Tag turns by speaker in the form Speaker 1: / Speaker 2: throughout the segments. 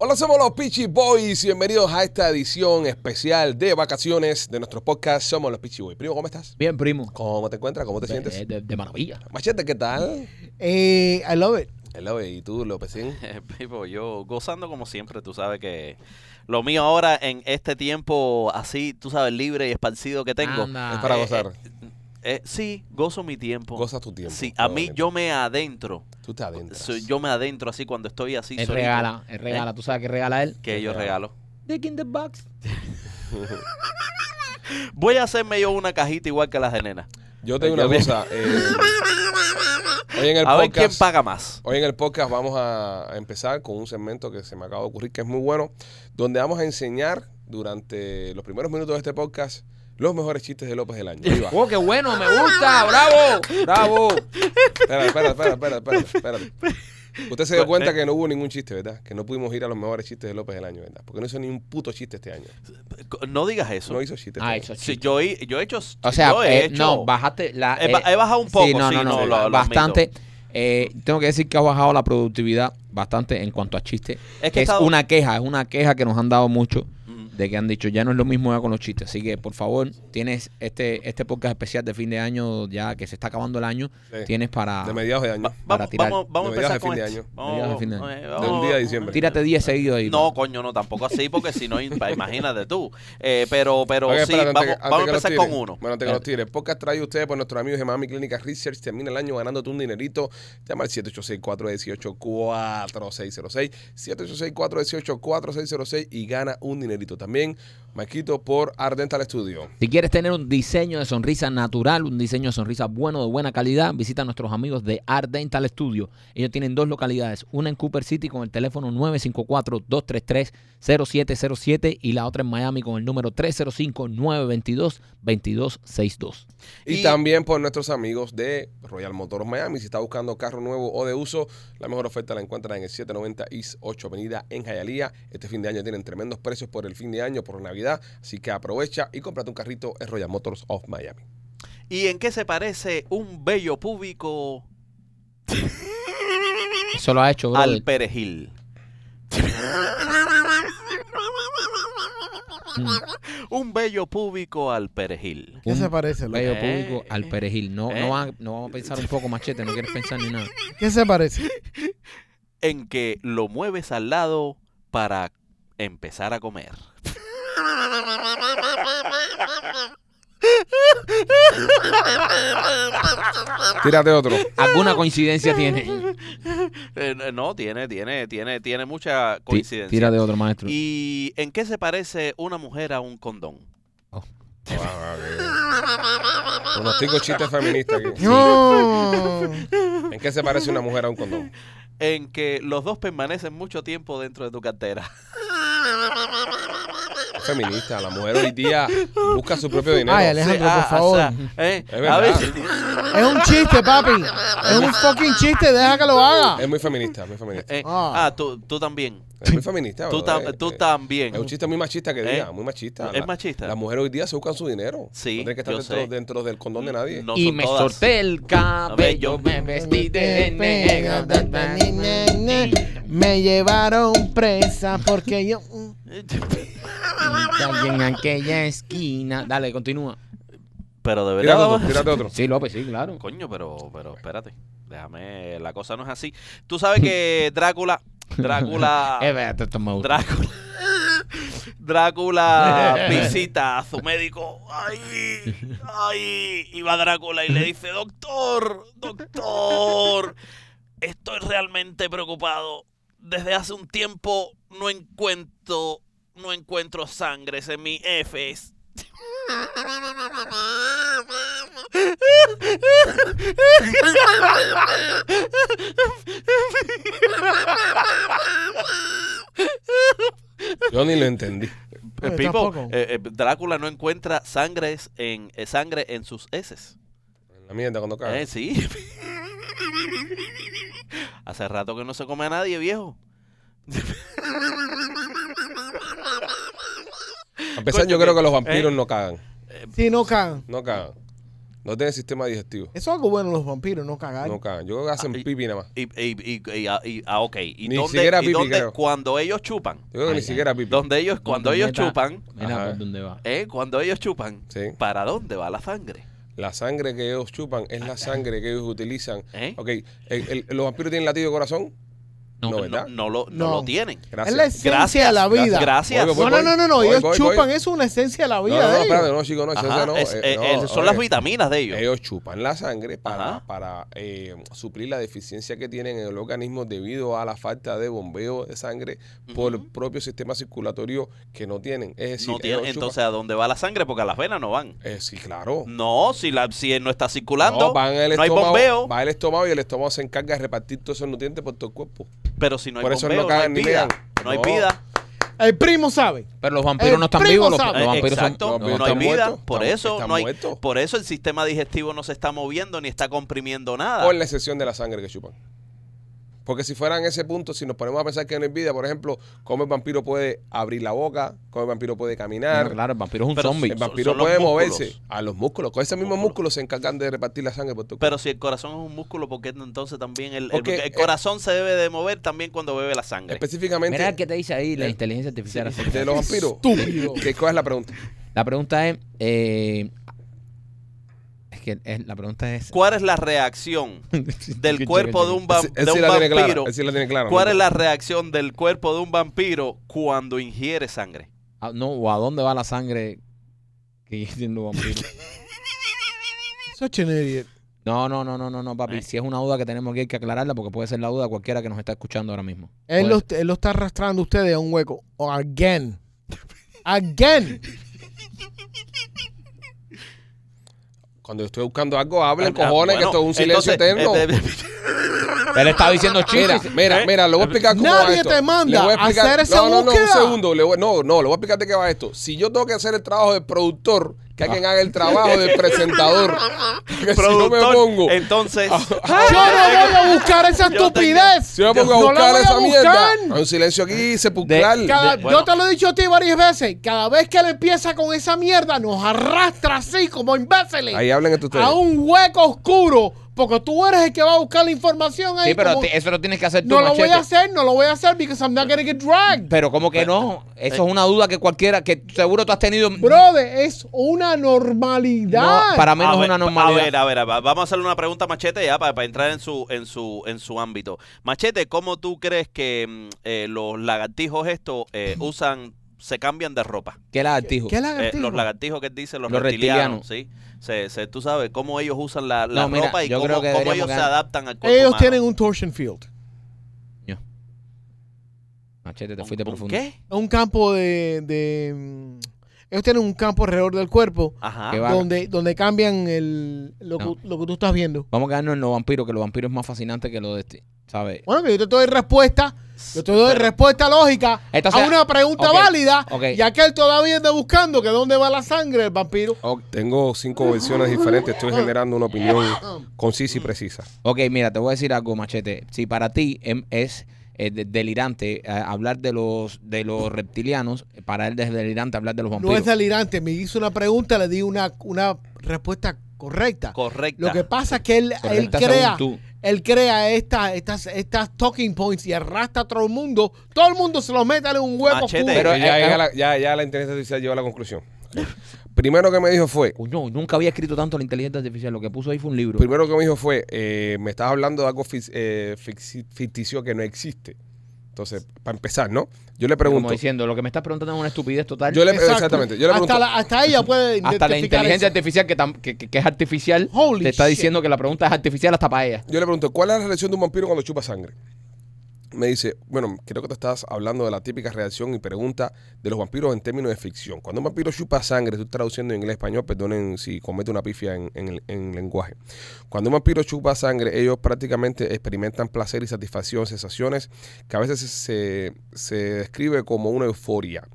Speaker 1: Nosotros somos los Peachy Boys. Bienvenidos a esta edición especial de vacaciones de nuestro podcast. Somos los Peachy Boys. Primo, ¿cómo estás?
Speaker 2: Bien, primo.
Speaker 1: ¿Cómo te encuentras? ¿Cómo te
Speaker 2: De,
Speaker 1: sientes?
Speaker 2: de- de maravilla.
Speaker 1: Machete, ¿qué tal?
Speaker 3: Eh, I love it.
Speaker 1: Hello, ¿y tú, Lópezín?
Speaker 4: Eh, Pipo, yo gozando como siempre, tú sabes que lo mío ahora en este tiempo así, tú sabes, libre y esparcido que tengo.
Speaker 2: Anda.
Speaker 1: es para
Speaker 4: eh,
Speaker 1: gozar.
Speaker 4: eh, sí, gozo mi tiempo.
Speaker 1: Goza tu tiempo.
Speaker 4: Sí, a mí
Speaker 1: Está
Speaker 4: yo
Speaker 1: bonito.
Speaker 4: me adentro.
Speaker 1: Tú te adentras.
Speaker 4: Soy- yo me adentro así cuando estoy así.
Speaker 2: Él
Speaker 4: solito,
Speaker 2: regala, él regala. ¿Tú sabes qué regala él?
Speaker 4: que yo regalo.
Speaker 2: The in the Box.
Speaker 4: Voy a hacerme yo una cajita igual que las de nena.
Speaker 1: Yo tengo
Speaker 4: Yo
Speaker 1: una
Speaker 4: me-
Speaker 1: cosa. eh, hoy en el
Speaker 4: a ver
Speaker 1: podcast.
Speaker 4: quién paga más.
Speaker 1: Hoy en el podcast vamos a a empezar con un segmento que se me acaba de ocurrir que es muy bueno, donde vamos a enseñar durante los primeros minutos de este podcast los mejores chistes de López del año. Ahí va.
Speaker 2: ¡Oh, qué bueno! ¡Me gusta! ¡Bravo! ¡Bravo!
Speaker 1: Espera, espera, espera, espera, espera, espérate. Usted
Speaker 4: Pues,
Speaker 1: se dio
Speaker 4: eh.
Speaker 1: cuenta que no hubo ningún chiste, ¿verdad? Que no pudimos ir a los mejores chistes de López del año, ¿verdad? Porque no hizo ni un puto chiste este año.
Speaker 4: No digas eso.
Speaker 1: No hizo chiste.
Speaker 2: Ah,
Speaker 1: este año.
Speaker 2: eso
Speaker 4: Sí, yo, he- yo he hecho.
Speaker 2: O sea,
Speaker 4: yo he
Speaker 2: eh,
Speaker 4: hecho-
Speaker 2: no, bajaste la... eh,
Speaker 4: He ba- he bajado un poco, sí, no, lo- lo admito.
Speaker 2: bastante. Eh, tengo que decir que ha bajado la productividad bastante en cuanto a chistes.
Speaker 4: Es
Speaker 2: Es que
Speaker 4: que he
Speaker 2: es
Speaker 4: estado-
Speaker 2: una queja, es una queja que nos han dado mucho
Speaker 4: Mm.
Speaker 2: de que han dicho ya no es lo mismo ya con los chistes. Así que, por favor, tienes este este podcast especial de fin de año, ya que se está acabando el año,
Speaker 1: Sí.
Speaker 2: tienes para...
Speaker 1: De mediados de año.
Speaker 4: Va-
Speaker 2: Para
Speaker 4: vamos,
Speaker 2: tirar.
Speaker 4: vamos, vamos a
Speaker 1: De mediados de
Speaker 4: empezar con
Speaker 1: fin de
Speaker 4: este.
Speaker 1: año.
Speaker 4: Vamos-
Speaker 2: Mediados de fin de año.
Speaker 4: eh,
Speaker 1: De un
Speaker 4: vamos-
Speaker 1: día de diciembre.
Speaker 2: Tírate 10 seguidos ahí.
Speaker 4: No,
Speaker 1: pues.
Speaker 4: coño, no, tampoco así, porque si no, impa- imagínate tú. Eh, pero pero
Speaker 1: Ok,
Speaker 4: sí,
Speaker 1: espérate, antes
Speaker 4: vamos,
Speaker 1: que- antes
Speaker 4: vamos
Speaker 1: que
Speaker 4: a
Speaker 1: los
Speaker 4: empezar
Speaker 1: tiren.
Speaker 4: con uno. Eh.
Speaker 1: Bueno, antes que los tire. El podcast trae ustedes por nuestros amigos de Miami Clínica Research. Termina el año ganándote un dinerito. Llama al 786-418-4606. 786-418-4606 y gana un dinerito. También, Maquito por Ardental Studio.
Speaker 2: Si quieres tener un diseño de sonrisa natural, un diseño de sonrisa bueno, de buena calidad, visita a nuestros amigos de Art Dental Studio. Ellos tienen dos localidades, una en Cooper City con el teléfono 954-233-0707 y la otra en Miami con el número 305-922-2262.
Speaker 1: Y,
Speaker 4: Y-
Speaker 1: también por nuestros amigos de Royal Motors Miami. Si está buscando carro nuevo o de uso, la mejor oferta la encuentran en el 790 East 8 Avenida en Hialeah. Este fin de año tienen tremendos precios por el fin de año, por Navidad. Así que aprovecha y cómprate un carrito en Royal Motors of Miami.
Speaker 4: ¿Y en qué se parece un bello público
Speaker 2: Eso lo ha hecho, brother.
Speaker 4: al perejil? un bello público al perejil.
Speaker 3: ¿Qué
Speaker 2: Un
Speaker 3: se parece, loco?
Speaker 2: Bello
Speaker 4: Eh,
Speaker 2: público al perejil. No,
Speaker 4: eh.
Speaker 2: no, van- no vamos a pensar un poco machete, no quieres pensar ni nada.
Speaker 3: ¿Qué se parece?
Speaker 4: En que lo mueves al lado para empezar a comer.
Speaker 1: Tírate otro.
Speaker 2: Alguna coincidencia tiene.
Speaker 4: Eh, no, tiene, tiene, tiene, tiene mucha
Speaker 2: Ti-
Speaker 4: coincidencia.
Speaker 2: Tira de otro maestro.
Speaker 4: ¿Y en qué se parece una mujer a un condón?
Speaker 1: Pronostico chistes feministas aquí.
Speaker 3: No.
Speaker 1: ¿En qué se parece una mujer a un condón?
Speaker 4: En que los dos permanecen mucho tiempo dentro de tu cartera.
Speaker 1: Es feminista. La mujer hoy día busca su propio dinero.
Speaker 3: Ay, Alejandro,
Speaker 4: Sí, ah,
Speaker 3: por
Speaker 4: o
Speaker 3: favor.
Speaker 4: sea, eh,
Speaker 1: Es
Speaker 4: a
Speaker 1: verdad.
Speaker 4: veces-
Speaker 3: Es un chiste, papi. Es un fucking chiste. Deja que lo haga.
Speaker 1: Es muy feminista, muy feminista.
Speaker 4: eh,
Speaker 3: Ah.
Speaker 4: ah, tú, tú también.
Speaker 1: Es muy feminista.
Speaker 4: Tú,
Speaker 1: brother.
Speaker 4: tam- tú
Speaker 1: Eh,
Speaker 4: también.
Speaker 1: Es un chiste muy machista que diga,
Speaker 4: ¿Eh?
Speaker 1: muy machista.
Speaker 4: Es
Speaker 1: La-
Speaker 4: machista.
Speaker 1: Las mujeres hoy día se buscan su dinero.
Speaker 4: Sí,
Speaker 1: No tienen que estar
Speaker 4: yo
Speaker 1: dentro,
Speaker 4: sé.
Speaker 1: dentro del condón de nadie.
Speaker 4: No
Speaker 2: y
Speaker 4: son
Speaker 2: me
Speaker 4: todas.
Speaker 2: solté el cabello,
Speaker 4: Cabello.
Speaker 2: me vestí de negro. ta, ta, na, na,
Speaker 3: Me llevaron presa porque yo. mm,
Speaker 2: y caí en aquella esquina. Dale, continúa.
Speaker 4: Pero de
Speaker 1: Tírate
Speaker 4: verdad.
Speaker 1: otro, tírate otro.
Speaker 2: Sí, López, sí, claro.
Speaker 4: Coño, pero, pero espérate. Déjame. La cosa no es así. Tú sabes que Drácula. Drácula.
Speaker 2: Es verdad, Eh, esto me gusta.
Speaker 4: Drácula. Drácula visita a su médico. Ay, ay. Y va Drácula y le dice, doctor, doctor, estoy realmente preocupado. Desde hace un tiempo no encuentro, no encuentro sangres en mi Fs.
Speaker 1: Yo ni lo entendí.
Speaker 4: Eh,
Speaker 1: Pues,
Speaker 3: Yo
Speaker 4: Pipo,
Speaker 3: tampoco.
Speaker 4: eh, eh, Drácula no encuentra sangres en, eh, sangre en sus heces.
Speaker 1: La mierda cuando cae.
Speaker 4: Eh, sí. Hace rato que no se come a nadie, viejo.
Speaker 1: A pesar,
Speaker 4: coño,
Speaker 1: yo creo
Speaker 4: que- eh,
Speaker 1: que los vampiros no cagan.
Speaker 3: Si no cagan.
Speaker 1: No cagan. No tienen sistema digestivo.
Speaker 3: Eso es algo bueno los vampiros, no cagar.
Speaker 1: No cagan. Yo creo que hacen
Speaker 4: Ah, y-
Speaker 1: pipi nada más.
Speaker 4: Y, y, y, y- ah, y- ah, ok. ¿Y
Speaker 1: Ni
Speaker 4: dónde,
Speaker 1: siquiera
Speaker 4: y
Speaker 1: pipí,
Speaker 4: dónde-
Speaker 1: creo.
Speaker 4: cuando ellos chupan?
Speaker 1: Yo creo que
Speaker 2: Ay,
Speaker 1: ni
Speaker 2: ay.
Speaker 1: siquiera pipi.
Speaker 4: Donde ellos, cuando ellos
Speaker 2: meta-
Speaker 4: chupan,
Speaker 2: Mira
Speaker 1: Ajá.
Speaker 2: por dónde va.
Speaker 4: ¿eh? Cuando ellos chupan,
Speaker 1: Sí.
Speaker 4: ¿para dónde va la sangre?
Speaker 1: La sangre que ellos chupan es la sangre que ellos utilizan.
Speaker 4: ¿Eh?
Speaker 1: Ok, el- el- ¿los vampiros tienen latido de corazón?
Speaker 2: No,
Speaker 1: No,
Speaker 4: No,
Speaker 1: ¿verdad?
Speaker 4: no lo, no
Speaker 3: No.
Speaker 4: lo tienen.
Speaker 1: Gracias.
Speaker 3: Es la esencia
Speaker 4: Gracias,
Speaker 3: de la vida.
Speaker 4: Gracias.
Speaker 1: Voy, voy,
Speaker 3: No,
Speaker 1: voy.
Speaker 3: no, no, no, no,
Speaker 1: Voy,
Speaker 3: ellos
Speaker 1: voy,
Speaker 3: chupan,
Speaker 1: voy.
Speaker 3: eso es una esencia de la
Speaker 1: No,
Speaker 3: vida
Speaker 1: no, no,
Speaker 3: de ellos.
Speaker 1: espérate, no, chico, no, eso
Speaker 4: Ajá,
Speaker 1: no.
Speaker 4: es-
Speaker 1: eh,
Speaker 4: eh,
Speaker 1: no,
Speaker 4: eh, son las
Speaker 1: oye.
Speaker 4: vitaminas de ellos.
Speaker 1: Ellos chupan la sangre para,
Speaker 4: Ajá.
Speaker 1: para eh, suplir la deficiencia que tienen en el organismo debido a la falta de bombeo de sangre por el propio sistema circulatorio que no tienen. Es decir,
Speaker 4: no tienen,
Speaker 1: ellos chupan-
Speaker 4: entonces, ¿a dónde va la sangre? Porque a las venas no van.
Speaker 1: Eh, sí, claro.
Speaker 4: No, si, la, si no está circulando,
Speaker 1: No, van el
Speaker 4: no hay
Speaker 1: estómago,
Speaker 4: bombeo.
Speaker 1: Va el estómago y el estómago se encarga de repartir todos esos nutrientes por todo el cuerpo.
Speaker 4: Pero si no hay
Speaker 1: Por eso
Speaker 4: bombeo,
Speaker 1: no
Speaker 4: no, hay
Speaker 1: cagan ni
Speaker 4: vida.
Speaker 1: mean.
Speaker 4: No hay
Speaker 1: No.
Speaker 4: vida.
Speaker 3: El primo sabe.
Speaker 2: Pero los vampiros
Speaker 3: El
Speaker 2: no están
Speaker 3: primo
Speaker 2: vivos. Los,
Speaker 3: sabe.
Speaker 2: los vampiros son-
Speaker 4: Exacto,
Speaker 1: los
Speaker 4: no,
Speaker 1: vampiros
Speaker 4: hay
Speaker 1: están
Speaker 4: vida.
Speaker 1: muertos,
Speaker 4: por
Speaker 1: están-
Speaker 4: eso
Speaker 1: están
Speaker 4: no hay,
Speaker 1: muertos.
Speaker 4: por eso el sistema digestivo no se está moviendo ni está comprimiendo nada.
Speaker 1: Con la excepción de la sangre que chupan. Porque si fueran ese punto, si nos ponemos a pensar que no hay vida, por ejemplo, cómo el vampiro puede abrir la boca, cómo el vampiro puede
Speaker 2: Bueno,
Speaker 1: caminar,
Speaker 2: claro, el vampiro es un
Speaker 4: Pero
Speaker 2: zombie.
Speaker 1: el
Speaker 4: Son-
Speaker 1: vampiro
Speaker 4: son los
Speaker 1: puede
Speaker 4: músculos.
Speaker 1: moverse a los músculos. Con esos
Speaker 4: Los
Speaker 1: mismos
Speaker 4: músculos.
Speaker 1: músculos se encargan de repartir la sangre por todo el cuerpo.
Speaker 4: Pero si el corazón es un músculo, ¿por qué entonces también el, el-
Speaker 1: Porque,
Speaker 4: el
Speaker 1: eh,
Speaker 4: corazón se debe de mover también cuando bebe la sangre?
Speaker 1: Específicamente,
Speaker 2: Mira el que te dice ahí la
Speaker 1: el-
Speaker 2: inteligencia artificial. acerca
Speaker 1: de
Speaker 2: de
Speaker 1: los
Speaker 2: eso.
Speaker 1: vampiros. ¿Qué, ¿Cuál es la pregunta?
Speaker 2: La pregunta es. eh, es que es- la pregunta es.
Speaker 4: ¿Cuál es la reacción del cuerpo de un, va-
Speaker 1: Él sí- él
Speaker 4: de
Speaker 1: sí
Speaker 4: un
Speaker 1: la tiene clara.
Speaker 4: vampiro?
Speaker 1: Él sí la tiene clara.
Speaker 4: ¿Cuál
Speaker 1: ¿no?
Speaker 4: es la reacción del cuerpo de un vampiro cuando ingiere sangre?
Speaker 2: Ah, No, o a dónde va la sangre que dicen los vampiros.
Speaker 3: Eso es chenerier.
Speaker 2: No, no, no, no, no, no,
Speaker 4: Eh.
Speaker 2: papi. Si es una duda que tenemos que hay que aclararla porque puede ser la duda de cualquiera que nos está escuchando ahora mismo.
Speaker 3: Él
Speaker 2: Puede
Speaker 3: lo,
Speaker 2: ser.
Speaker 3: él lo está arrastrando a ustedes a un hueco. O again. Again.
Speaker 1: Cuando yo estoy buscando algo, hablen,
Speaker 4: Ah,
Speaker 1: cojones, que
Speaker 4: bueno,
Speaker 1: esto es un silencio
Speaker 4: entonces,
Speaker 1: eterno.
Speaker 4: eh, eh,
Speaker 2: Él está diciendo
Speaker 1: Mira,
Speaker 2: chistes.
Speaker 1: mira,
Speaker 4: ¿Eh?
Speaker 1: mira, lo voy a explicar cómo va
Speaker 3: Nadie
Speaker 1: esto.
Speaker 3: te manda
Speaker 1: Le voy
Speaker 3: a hacer esa
Speaker 1: no, no, no,
Speaker 3: búsqueda.
Speaker 1: un segundo. le voy- no, no, lo voy a explicarte qué va esto. Si yo tengo que hacer el trabajo de productor, que alguien haga el trabajo de presentador. Que si yo me
Speaker 4: productor,
Speaker 1: pongo... Ah,
Speaker 4: Entonces,
Speaker 3: Yo no voy a buscar esa
Speaker 4: Yo tengo-
Speaker 3: estupidez.
Speaker 1: Si yo me pongo a
Speaker 3: No la
Speaker 1: buscar
Speaker 3: voy a
Speaker 1: esa mierda,
Speaker 3: buscar.
Speaker 1: hay un silencio aquí sepulcral.
Speaker 3: Cada-
Speaker 4: bueno.
Speaker 3: Yo te lo he dicho a ti varias veces. Cada vez que él empieza con esa mierda, nos arrastra así como imbéciles
Speaker 1: Ahí hablen entre ustedes.
Speaker 3: a un hueco oscuro. Porque tú eres el que va a buscar la información ahí.
Speaker 2: Sí, pero
Speaker 3: como,
Speaker 2: ti- eso lo tienes que hacer tú,
Speaker 3: no lo voy
Speaker 2: Machete.
Speaker 3: a hacer, no lo voy a hacer because I'm not gonna get dragged.
Speaker 2: Pero ¿cómo
Speaker 4: Pues,
Speaker 2: que no?
Speaker 4: eh,
Speaker 2: Eso es una duda que cualquiera, que seguro tú has tenido.
Speaker 3: Brother, es una normalidad.
Speaker 2: No, para mí no
Speaker 4: a
Speaker 2: es
Speaker 4: ver,
Speaker 2: una
Speaker 4: A ver,
Speaker 2: normalidad.
Speaker 4: a ver, a ver, vamos a hacerle una pregunta a Machete ya para, para entrar en su, en su, en su ámbito. Machete, ¿cómo tú crees que mm, eh, los lagartijos estos eh, usan, se cambian de ropa?
Speaker 2: ¿Qué lagartijo?
Speaker 3: ¿Qué
Speaker 4: Eh,
Speaker 3: lagartijo?
Speaker 4: los lagartijos que dicen los,
Speaker 2: Los
Speaker 4: reptilianos, sí. Se, se- tú sabes cómo ellos usan la, la
Speaker 2: No, mira,
Speaker 4: ropa y
Speaker 2: yo
Speaker 4: cómo,
Speaker 2: creo que
Speaker 4: cómo
Speaker 2: deberíamos
Speaker 4: ellos se
Speaker 2: ganar.
Speaker 4: adaptan al cuerpo
Speaker 3: Ellos
Speaker 4: humano.
Speaker 3: tienen un torsion field.
Speaker 2: Machete, te
Speaker 4: ¿Un-
Speaker 2: fuiste
Speaker 4: un
Speaker 2: profundo.
Speaker 4: ¿Qué?
Speaker 3: Un campo de, de, mm, Ellos tienen un campo alrededor del cuerpo
Speaker 4: Ajá.
Speaker 2: ¿Qué va? Vaga.
Speaker 3: donde, donde cambian el, lo,
Speaker 2: No.
Speaker 3: que, lo que tú estás viendo.
Speaker 2: Vamos a quedarnos en los vampiros, que los vampiros es más fascinante que lo de este. ¿Sabes?
Speaker 3: Bueno, que yo te doy respuesta. Yo te doy
Speaker 4: Pero-
Speaker 3: respuesta lógica
Speaker 2: Entonces,
Speaker 3: a una pregunta
Speaker 2: ok,
Speaker 3: válida.
Speaker 2: ok.
Speaker 3: Y aquel todavía anda buscando que dónde va la sangre del vampiro.
Speaker 1: Ok, Tengo cinco versiones diferentes. Estoy generando una opinión concisa y precisa.
Speaker 2: Ok, mira, te voy a decir algo, Machete. Si para ti em, es eh, de- delirante eh, hablar de los de los reptilianos, para él es delirante hablar de los
Speaker 3: No es
Speaker 2: vampiros.
Speaker 3: delirante. Me hizo una pregunta, le di una, una respuesta correcta.
Speaker 4: Correcta.
Speaker 3: Lo que pasa es que él, él
Speaker 2: Correcta, según
Speaker 3: crea,
Speaker 2: tú.
Speaker 3: él crea esta- estas, estas talking points y arrastra a todo el mundo. Todo el mundo se los mete en un hueco
Speaker 4: Machete.
Speaker 3: oscuro.
Speaker 1: Pero
Speaker 2: Pero,
Speaker 1: ya,
Speaker 2: eh,
Speaker 1: ya
Speaker 2: eh,
Speaker 1: la, ya- ya la inteligencia artificial llegó a la conclusión. Primero que me dijo fue,
Speaker 2: Coño, nunca había escrito tanto la inteligencia artificial. Lo que puso ahí fue un libro.
Speaker 1: primero que me dijo fue, eh, me estás hablando de algo fis- eh, fixi- ficticio que no existe. Entonces, para empezar, ¿no? Yo le
Speaker 2: Como
Speaker 1: pregunto.
Speaker 2: diciendo, lo que me estás preguntando es una estupidez total.
Speaker 1: Yo le-
Speaker 3: Exacto.
Speaker 1: exactamente. Yo le pregunto-
Speaker 3: hasta, la- hasta ella puede
Speaker 2: hasta la
Speaker 3: identificar
Speaker 2: inteligencia
Speaker 3: eso.
Speaker 2: artificial que, tam- que, que- que es artificial
Speaker 3: Holy
Speaker 2: te está
Speaker 3: shit.
Speaker 2: diciendo que la pregunta es artificial hasta para ella.
Speaker 1: Yo le pregunto, ¿cuál es la reacción de un vampiro cuando chupa sangre? Me dice, bueno, creo que te estás hablando de la típica reacción y pregunta de los vampiros en términos de ficción. Cuando un vampiro chupa sangre, estoy traduciendo en inglés español, perdonen si comete una pifia en, en el en lenguaje. Cuando un vampiro chupa sangre, ellos prácticamente experimentan placer y satisfacción, sensaciones que a veces se, se describe como una euforia.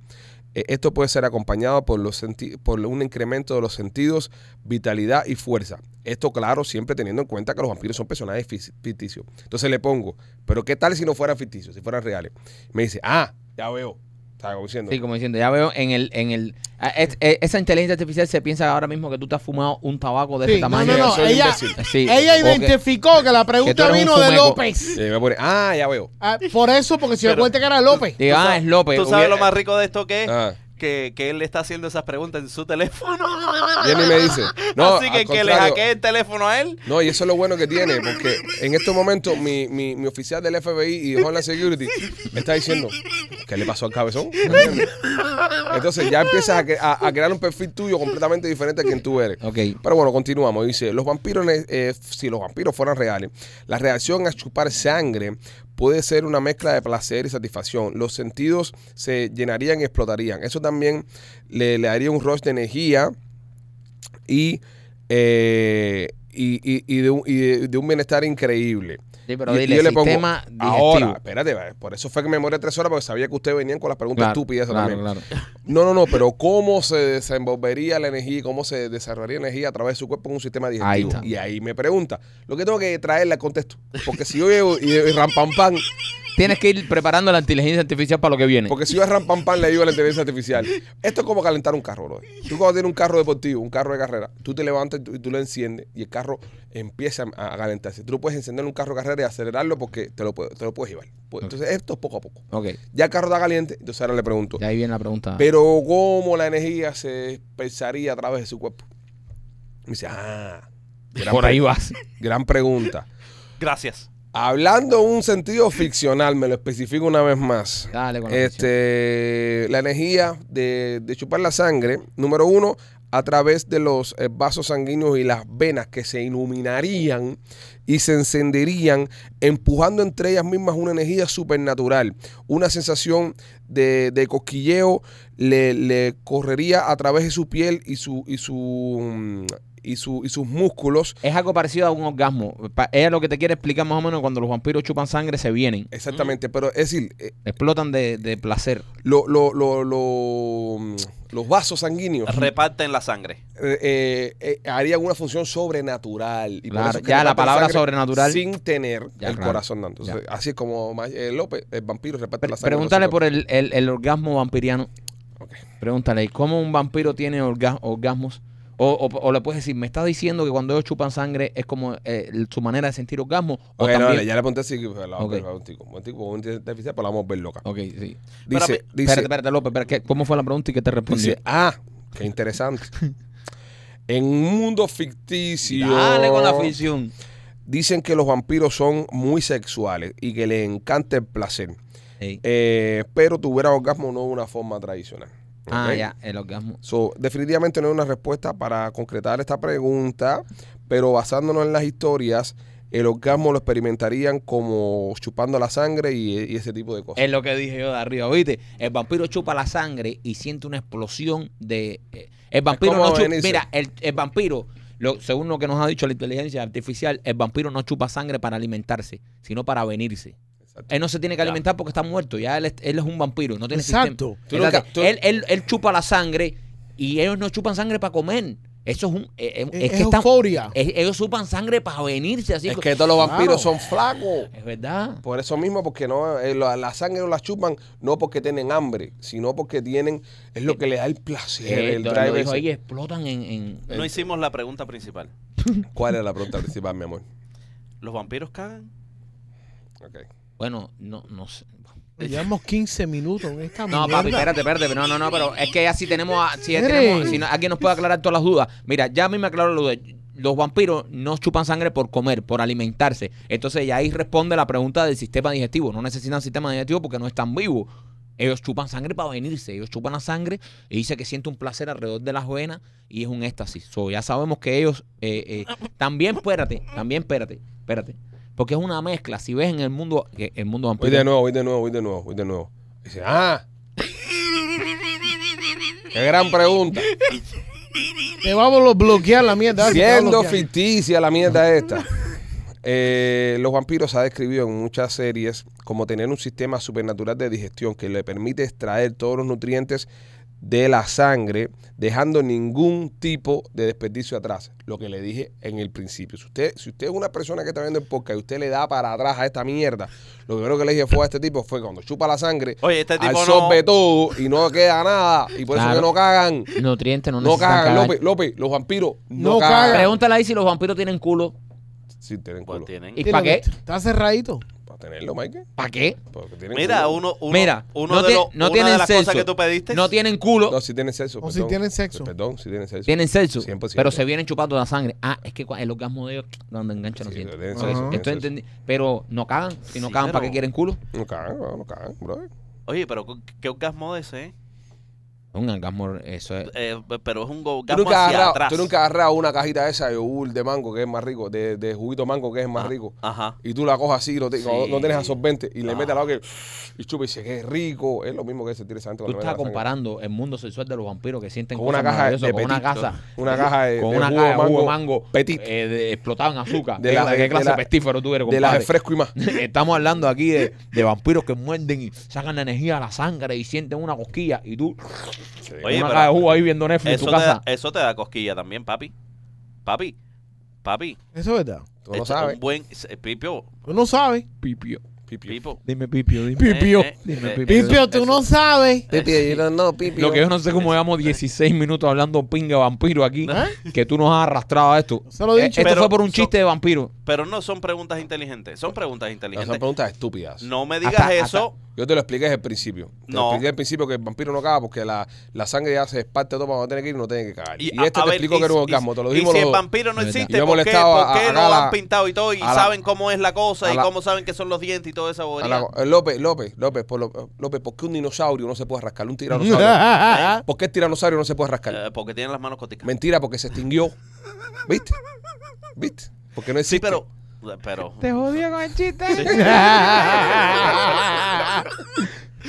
Speaker 1: Eh, Esto puede ser acompañado por, los senti- por un incremento de los sentidos, vitalidad y fuerza. Esto, claro, siempre teniendo en cuenta que los vampiros son personajes fis- ficticios. Entonces le pongo, pero ¿qué tal si no fueran ficticios, si fueran reales? Me dice, ah, ya veo. ¿Sabes? Como diciendo,
Speaker 2: Sí, como diciendo, ya veo en el, en el a- es- e- esa inteligencia artificial se piensa ahora mismo que tú te has fumado un tabaco de
Speaker 3: Sí,
Speaker 2: ese
Speaker 3: no,
Speaker 2: tamaño.
Speaker 3: no, no.
Speaker 1: Soy un
Speaker 3: Ella,
Speaker 1: imbécil.
Speaker 2: Sí,
Speaker 3: ella
Speaker 2: o que-
Speaker 3: identificó que la pregunta
Speaker 2: eres un
Speaker 3: vino de
Speaker 2: fumeco.
Speaker 1: y
Speaker 3: López.
Speaker 1: me pone, ah, ya veo.
Speaker 3: Ah, por eso, porque si yo
Speaker 5: Pero-
Speaker 3: cuenta que era López.
Speaker 2: Digo, ah, es López.
Speaker 4: ¿Tú sabes
Speaker 2: hubiera-
Speaker 4: lo más rico de esto que es?
Speaker 1: Ah.
Speaker 4: Que, que él le está haciendo esas preguntas en su teléfono.
Speaker 1: Jenny me dice, no,
Speaker 4: Así que
Speaker 1: al
Speaker 4: que le
Speaker 1: contrario.
Speaker 4: hackee el teléfono a él.
Speaker 1: No, y eso es lo bueno que tiene, porque en estos momentos mi, mi, mi oficial del FBI y Homeland Security me está diciendo, ¿qué le pasó al cabezón? ¿Me entiendes? Entonces ya empiezas a, cre- a- a crear un perfil tuyo completamente diferente a quien tú eres.
Speaker 2: Ok.
Speaker 1: Pero bueno, continuamos. Dice, los vampiros, ne- eh, si los vampiros fueran reales, la reacción a chupar sangre puede ser una mezcla de placer y satisfacción. Los sentidos se llenarían y explotarían. Eso también le, le daría un rush de energía y, eh, y, y- y de, un, y de- de un bienestar increíble.
Speaker 2: Sí, pero
Speaker 1: Y- y
Speaker 2: dile,
Speaker 1: yo le pongo,
Speaker 2: sistema
Speaker 1: ahora,
Speaker 2: digestivo.
Speaker 1: espérate, va, por eso fue que me moré tres horas porque sabía que ustedes venían con las preguntas
Speaker 2: Claro,
Speaker 1: estúpidas
Speaker 2: claro,
Speaker 1: también.
Speaker 2: claro.
Speaker 1: No, no, no, pero cómo se desenvolvería la energía y cómo se desarrollaría energía a través de su cuerpo en un sistema digestivo.
Speaker 2: Ahí está.
Speaker 1: Y ahí me pregunta. Lo que tengo que traerle al contexto. Porque si yo llevo y, y rampampán,
Speaker 2: Tienes que ir preparando la inteligencia artificial para lo que viene.
Speaker 1: porque si yo a rampampán le digo a la inteligencia artificial. Esto es como calentar un carro, bro. Tú cuando tienes un carro deportivo, un carro de carrera, tú te levantas y tú, y tú lo enciendes y el carro empieza a, a calentarse. Tú no puedes encender un carro de carrera y acelerarlo porque te lo, puede- te lo puedes llevar. Pues, Entonces esto es poco a poco.
Speaker 2: Ok,
Speaker 1: Ya el carro está caliente, entonces ahora le pregunto.
Speaker 2: y ahí viene la pregunta.
Speaker 1: Pero cómo la energía se expresaría a través de su cuerpo. Me dice, ah, gran,
Speaker 2: Por ahí
Speaker 1: pre-
Speaker 2: vas.
Speaker 1: gran pregunta.
Speaker 4: Gracias.
Speaker 1: Hablando en un sentido ficcional, me lo especifico una vez más.
Speaker 2: Dale con la
Speaker 1: Este, la energía de, de chupar la sangre, número uno, a través de los eh, vasos sanguíneos y las venas que se iluminarían y se encenderían, empujando entre ellas mismas una energía supernatural. Una sensación de, de cosquilleo le, le correría a través de su piel y su y su mm, y, su- y sus músculos.
Speaker 2: Es algo parecido a un orgasmo. Pa- Es lo que te quiere explicar más o menos cuando los vampiros chupan sangre, se vienen,
Speaker 1: Exactamente, pero es decir, eh,
Speaker 2: explotan de, de placer.
Speaker 1: lo- lo- lo- lo, mm, los vasos sanguíneos
Speaker 4: Reparten la sangre.
Speaker 1: eh, eh, harían una función sobrenatural. Y por
Speaker 2: Claro,
Speaker 1: eso es que
Speaker 2: ya la
Speaker 1: reparten
Speaker 2: palabra
Speaker 1: sangre
Speaker 2: sobrenatural-
Speaker 1: Sin tener
Speaker 2: Ya,
Speaker 1: el
Speaker 2: claro.
Speaker 1: corazón dando. Entonces, así es como Ma- eh, López, el vampiro, reparte
Speaker 2: Pre-
Speaker 1: la sangre.
Speaker 2: pregúntale
Speaker 1: no sé
Speaker 2: por el, el- el orgasmo vampiriano.
Speaker 1: qué. Ok.
Speaker 2: Pregúntale, ¿cómo un vampiro tiene orga- orgasmos? O, o- o le puedes decir, ¿me estás diciendo que cuando ellos chupan sangre es como eh, el- su manera de sentir orgasmo? O
Speaker 1: Ok, no,
Speaker 2: también-
Speaker 1: dale, ya le pregunté así. que La
Speaker 2: Ok.
Speaker 1: vamos a un tico. Un tico con un déficit, pues la vamos a ver loca.
Speaker 2: Ok, sí.
Speaker 1: Dice,
Speaker 4: Pero,
Speaker 1: dice,
Speaker 2: espérate, espérate, López, espera, ¿qué- ¿cómo fue la pregunta y qué te respondió?
Speaker 1: dice, ah, qué interesante. en un mundo ficticio.
Speaker 2: Dale con la ficción.
Speaker 1: Dicen que los vampiros son muy sexuales y que les encanta el placer.
Speaker 2: Ey.
Speaker 1: Eh, pero tuviera orgasmo no de una forma tradicional.
Speaker 2: Ah,
Speaker 1: ¿ok?
Speaker 2: ya, el orgasmo.
Speaker 1: So, definitivamente no hay una respuesta para concretar esta pregunta, pero basándonos en las historias, el orgasmo lo experimentarían como chupando la sangre y, y ese tipo de cosas.
Speaker 2: Es lo que dije yo de arriba, ¿viste? El vampiro chupa la sangre y siente una explosión de... eh, El vampiro
Speaker 1: como
Speaker 2: no chupa...
Speaker 1: Benicio.
Speaker 2: Mira, el, el vampiro, lo- según lo que nos ha dicho la inteligencia artificial, el vampiro no chupa sangre para alimentarse, sino para venirse.
Speaker 1: Exacto.
Speaker 2: Él no se tiene que alimentar porque está muerto. Ya él es, él es un vampiro, no tiene
Speaker 3: Exacto.
Speaker 2: sistema.
Speaker 1: Tú nunca-
Speaker 2: Exacto.
Speaker 1: tú-
Speaker 2: Él, él, él chupa la sangre y ellos no chupan sangre para comer. Eso es un... eh, eh,
Speaker 3: Es,
Speaker 2: es que están-
Speaker 3: euforia.
Speaker 2: es- ellos chupan sangre para venirse así.
Speaker 1: es que todos los vampiros son
Speaker 3: Claro.
Speaker 1: flacos.
Speaker 2: Es verdad.
Speaker 1: Por eso mismo, porque no eh, la, la sangre no la chupan no porque tienen hambre, sino porque tienen es lo que le da el placer.
Speaker 2: Eh,
Speaker 1: el
Speaker 2: lo- lo
Speaker 1: drive
Speaker 2: dijo
Speaker 1: ese.
Speaker 2: ahí, explotan en... en-
Speaker 4: No hicimos la pregunta principal.
Speaker 1: ¿Cuál era la pregunta principal, mi amor?
Speaker 4: ¿Los vampiros cagan?
Speaker 1: Ok.
Speaker 2: Bueno, no, no sé.
Speaker 3: Llevamos 15 minutos en esta
Speaker 2: No,
Speaker 3: mierda.
Speaker 2: papi, espérate, espérate. No, no, no, pero es que así tenemos. a- Si,
Speaker 3: Mire.
Speaker 2: tenemos, si no- alguien nos puede aclarar todas las dudas. Mira, ya a mí me aclaró lo de. Los vampiros no chupan sangre por comer, por alimentarse. Entonces, ya ahí responde la pregunta del sistema digestivo. No necesitan sistema digestivo porque no están vivos. Ellos chupan sangre para venirse. Ellos chupan la sangre y dice que siente un placer alrededor de las venas y es un éxtasis. So, ya sabemos que ellos. eh, eh, también, espérate, también, espérate, espérate. Porque es una mezcla. Si ves en el mundo. que El mundo
Speaker 1: Voy
Speaker 2: vampiro.
Speaker 1: de nuevo, voy de nuevo, voy de nuevo, voy de nuevo. Dice, ah. Qué gran pregunta.
Speaker 3: Te vamos a bloquear la mierda. te vamos a
Speaker 1: Siendo
Speaker 3: bloquear.
Speaker 1: ficticia la mierda esta. Eh, los vampiros se ha descrito en muchas series como tener un sistema supernatural de digestión que le permite extraer todos los nutrientes de la sangre, dejando ningún tipo de desperdicio atrás. Lo que le dije en el principio. Si usted, si usted es una persona que está viendo el podcast y usted le da para atrás a esta mierda, lo primero que le dije fue a este tipo fue cuando chupa la sangre,
Speaker 4: Oye, este tipo no-
Speaker 1: absorbe todo y no queda nada. Y por eso
Speaker 2: Claro.
Speaker 1: que no cagan.
Speaker 2: Nutrientes no,
Speaker 1: No, pues,
Speaker 2: necesitan
Speaker 1: cagan,
Speaker 2: cagar.
Speaker 1: López, López, los vampiros no,
Speaker 3: No
Speaker 1: cagan.
Speaker 3: cagan.
Speaker 2: Pregúntale ahí si los vampiros tienen culo.
Speaker 1: Sí, tienen
Speaker 4: Pues
Speaker 1: culo.
Speaker 4: tienen.
Speaker 2: ¿Y para qué?
Speaker 3: Está cerradito.
Speaker 1: Para tenerlo, Mike.
Speaker 2: ¿Para qué?
Speaker 1: Porque tienen
Speaker 4: Mira,
Speaker 1: culo.
Speaker 4: uno, uno,
Speaker 2: Mira,
Speaker 4: uno
Speaker 2: no,
Speaker 4: de
Speaker 2: tie-
Speaker 4: los,
Speaker 2: no
Speaker 4: una
Speaker 2: tienen
Speaker 4: de las
Speaker 2: sexo.
Speaker 4: cosas que tú pediste.
Speaker 2: No tienen culo.
Speaker 1: No, si tienen sexo.
Speaker 3: O si
Speaker 1: perdón.
Speaker 3: tienen sexo.
Speaker 1: Perdón, si tienen sexo.
Speaker 2: Tienen sexo,
Speaker 1: 100%.
Speaker 2: pero se vienen chupando la sangre. Ah, es que cua- el orgasmo de ellos, donde engancha no
Speaker 1: Sí,
Speaker 2: siente.
Speaker 1: tienen
Speaker 3: Ajá.
Speaker 1: sexo, tienen
Speaker 2: Esto
Speaker 1: sexo.
Speaker 2: entendí. Pero no cagan. Si no
Speaker 4: Sí,
Speaker 2: cagan, ¿para
Speaker 4: pero-
Speaker 2: qué quieren culo?
Speaker 1: No cagan, no, no cagan, bro.
Speaker 4: Oye, pero ¿qué orgasmo de ese? eh?
Speaker 2: Un orgasmo, eso es.
Speaker 4: Eh, pero es un
Speaker 1: Tú nunca,
Speaker 4: orgasmo
Speaker 1: has
Speaker 4: hacia
Speaker 1: agarrado,
Speaker 4: atrás.
Speaker 1: tú nunca has agarrado una cajita de esa de yogur de mango que es más rico, de, de juguito mango que es más
Speaker 4: Ah,
Speaker 1: rico.
Speaker 4: Ajá.
Speaker 1: Y tú la cojas así, no, te-
Speaker 4: Sí.
Speaker 1: no- no tienes absorbente, y le
Speaker 4: Ah.
Speaker 1: metes al lado que. Y chupa y dice que es rico. Es lo mismo que se tira esa gente
Speaker 2: Tú
Speaker 1: cuando
Speaker 2: estás
Speaker 1: le metes la sangre.
Speaker 2: comparando el mundo sexual de los vampiros que sienten
Speaker 1: Con una
Speaker 2: cosas
Speaker 1: caja de
Speaker 2: maravillosas, con una
Speaker 1: Petit.
Speaker 2: casa.
Speaker 1: Una caja de,
Speaker 2: con
Speaker 1: de
Speaker 2: una
Speaker 1: jugo
Speaker 2: caja de jugo
Speaker 1: mango
Speaker 2: de mango,
Speaker 1: petit.
Speaker 2: eh, de- explotado en azúcar.
Speaker 1: De
Speaker 2: ¿Qué,
Speaker 1: la-
Speaker 2: cla- qué
Speaker 1: de
Speaker 2: clase de
Speaker 1: la-
Speaker 2: pestífero tú eres,
Speaker 1: de las de
Speaker 2: compadre?
Speaker 1: fresco y más.
Speaker 2: Estamos hablando aquí de, de vampiros que muerden y sacan la energía a la sangre y sienten una cosquilla y tú
Speaker 4: Oye,
Speaker 2: una
Speaker 4: pero-
Speaker 2: caja de jugo ahí viendo Netflix en
Speaker 4: Eso
Speaker 2: tu
Speaker 4: te,
Speaker 2: casa.
Speaker 4: da, eso te da cosquilla también, papi. Papi. Papi.
Speaker 3: Eso es verdad.
Speaker 1: Tú no
Speaker 4: esto es
Speaker 1: sabes.
Speaker 4: Un buen. es- eh, Pipio.
Speaker 3: Tú no sabes.
Speaker 2: Pipio.
Speaker 1: Pipi.
Speaker 4: Pipo.
Speaker 2: Dime pipio, dime.
Speaker 4: Eh,
Speaker 3: Pipio.
Speaker 4: eh,
Speaker 2: Dime,
Speaker 4: eh,
Speaker 2: Pipio.
Speaker 4: eso-
Speaker 3: Pipio, tú
Speaker 4: eso-
Speaker 3: no sabes.
Speaker 1: Pipi, no, no, pipi.
Speaker 2: Lo que yo no sé cómo llevamos 16 minutos hablando pinga vampiro aquí, que tú nos has arrastrado a esto.
Speaker 3: ¿Eh? Se lo he
Speaker 2: Eh,
Speaker 3: dicho.
Speaker 2: Esto
Speaker 4: Pero
Speaker 2: fue por un
Speaker 4: son-
Speaker 2: chiste de vampiro.
Speaker 4: Pero no son preguntas inteligentes. Son preguntas
Speaker 1: No, son
Speaker 4: inteligentes.
Speaker 1: preguntas estúpidas.
Speaker 4: No me digas
Speaker 2: Hasta-
Speaker 4: eso.
Speaker 1: Yo te lo expliqué desde el principio. Te lo
Speaker 4: No.
Speaker 1: expliqué desde el principio que el vampiro no caga porque la, la sangre ya se parte todo para no tener que ir y no tiene que cagar. Y,
Speaker 4: a-
Speaker 1: este
Speaker 4: a
Speaker 1: te
Speaker 4: ver,
Speaker 1: explicó
Speaker 4: y
Speaker 1: que era un
Speaker 4: si-
Speaker 1: orgasmo, te lo
Speaker 4: y
Speaker 1: dimos
Speaker 4: si
Speaker 1: los
Speaker 4: el
Speaker 1: dos.
Speaker 4: vampiro no
Speaker 2: De verdad.
Speaker 4: existe,
Speaker 1: Yo he
Speaker 4: ¿por qué,
Speaker 1: molestado a-
Speaker 4: por qué
Speaker 1: a
Speaker 4: no
Speaker 1: Gala-
Speaker 4: han pintado y todo? Y
Speaker 1: a la-
Speaker 4: saben cómo es la cosa
Speaker 1: a
Speaker 4: y
Speaker 1: la-
Speaker 4: cómo saben que son los dientes y toda esa bobería.
Speaker 1: Ahora, eh, López, López, López, por, lo- López, ¿por qué un dinosaurio no se puede rascar? Un tiranosaurio.
Speaker 3: Ah, ah, ah.
Speaker 1: ¿Por qué el tiranosaurio no se puede rascar?
Speaker 4: Eh, porque tienen las manos coticas.
Speaker 1: Mentira, porque se extinguió. ¿Viste? ¿Viste? Porque no existe.
Speaker 4: sí, pero... eh, Pero...
Speaker 2: Te jodió con el chiste.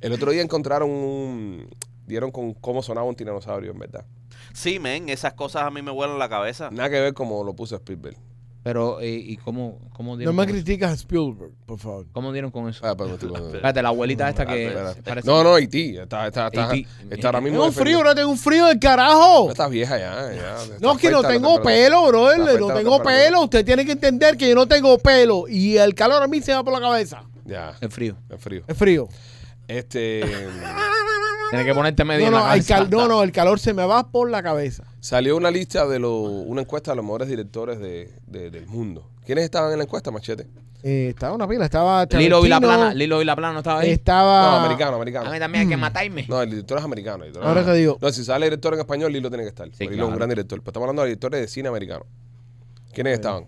Speaker 1: El otro día encontraron un... Dieron con cómo sonaba un tiranosaurio, en verdad.
Speaker 4: Sí, men, esas cosas a mí me vuelan la cabeza.
Speaker 1: Nada que ver como lo puso Spielberg.
Speaker 2: Pero, eh, ¿y cómo, cómo
Speaker 3: No
Speaker 2: dieron
Speaker 3: me
Speaker 2: con eso?
Speaker 3: criticas a Spielberg, por favor.
Speaker 2: ¿Cómo dieron con eso?
Speaker 1: Ah, pero-
Speaker 2: Espérate, la abuelita esta que
Speaker 1: Espera.
Speaker 2: parece-
Speaker 1: No, no, Haití. Está, está, está,
Speaker 2: Haití.
Speaker 1: está ahora mismo.
Speaker 3: Tengo un frío,
Speaker 1: defendiendo-
Speaker 3: no tengo un frío del carajo.
Speaker 1: No estás vieja ya. ya.
Speaker 3: No, es que
Speaker 1: Está
Speaker 3: no
Speaker 1: fuerte la
Speaker 3: tengo
Speaker 1: temperatura.
Speaker 3: pelo, bro.
Speaker 1: Está fuerte
Speaker 3: No
Speaker 1: la
Speaker 3: tengo
Speaker 1: temperatura.
Speaker 3: pelo. Usted tiene que entender que yo no tengo pelo. Y el calor a mí se va por la cabeza.
Speaker 1: Ya,
Speaker 2: el frío.
Speaker 1: es frío.
Speaker 3: Es frío.
Speaker 1: Este.
Speaker 2: Tienes que ponerte medio
Speaker 3: No
Speaker 2: en la
Speaker 3: no, el
Speaker 2: cabeza.
Speaker 3: cal- no, no, el calor se me va por la cabeza.
Speaker 1: salió una lista de los. Una encuesta de los mejores directores de, de- del mundo. ¿Quiénes estaban en la encuesta, Machete?
Speaker 3: Eh, estaba una pila, estaba
Speaker 2: Lilo Vilaplana,
Speaker 3: Tarantino, Mm.
Speaker 2: Lilo Vilaplana no estaba ahí.
Speaker 3: Estaba.
Speaker 1: No, americano,
Speaker 2: A mí
Speaker 1: americano.
Speaker 2: también hay que matarme.
Speaker 1: No, el director es americano. el director es
Speaker 3: Ah. Ahora
Speaker 1: americano.
Speaker 3: te digo.
Speaker 1: No, si sale el director en español, Lilo tiene que estar.
Speaker 2: Sí,
Speaker 1: Lilo es
Speaker 2: claro.
Speaker 1: un gran director. Pero estamos hablando de directores de cine americano. ¿Quiénes estaban?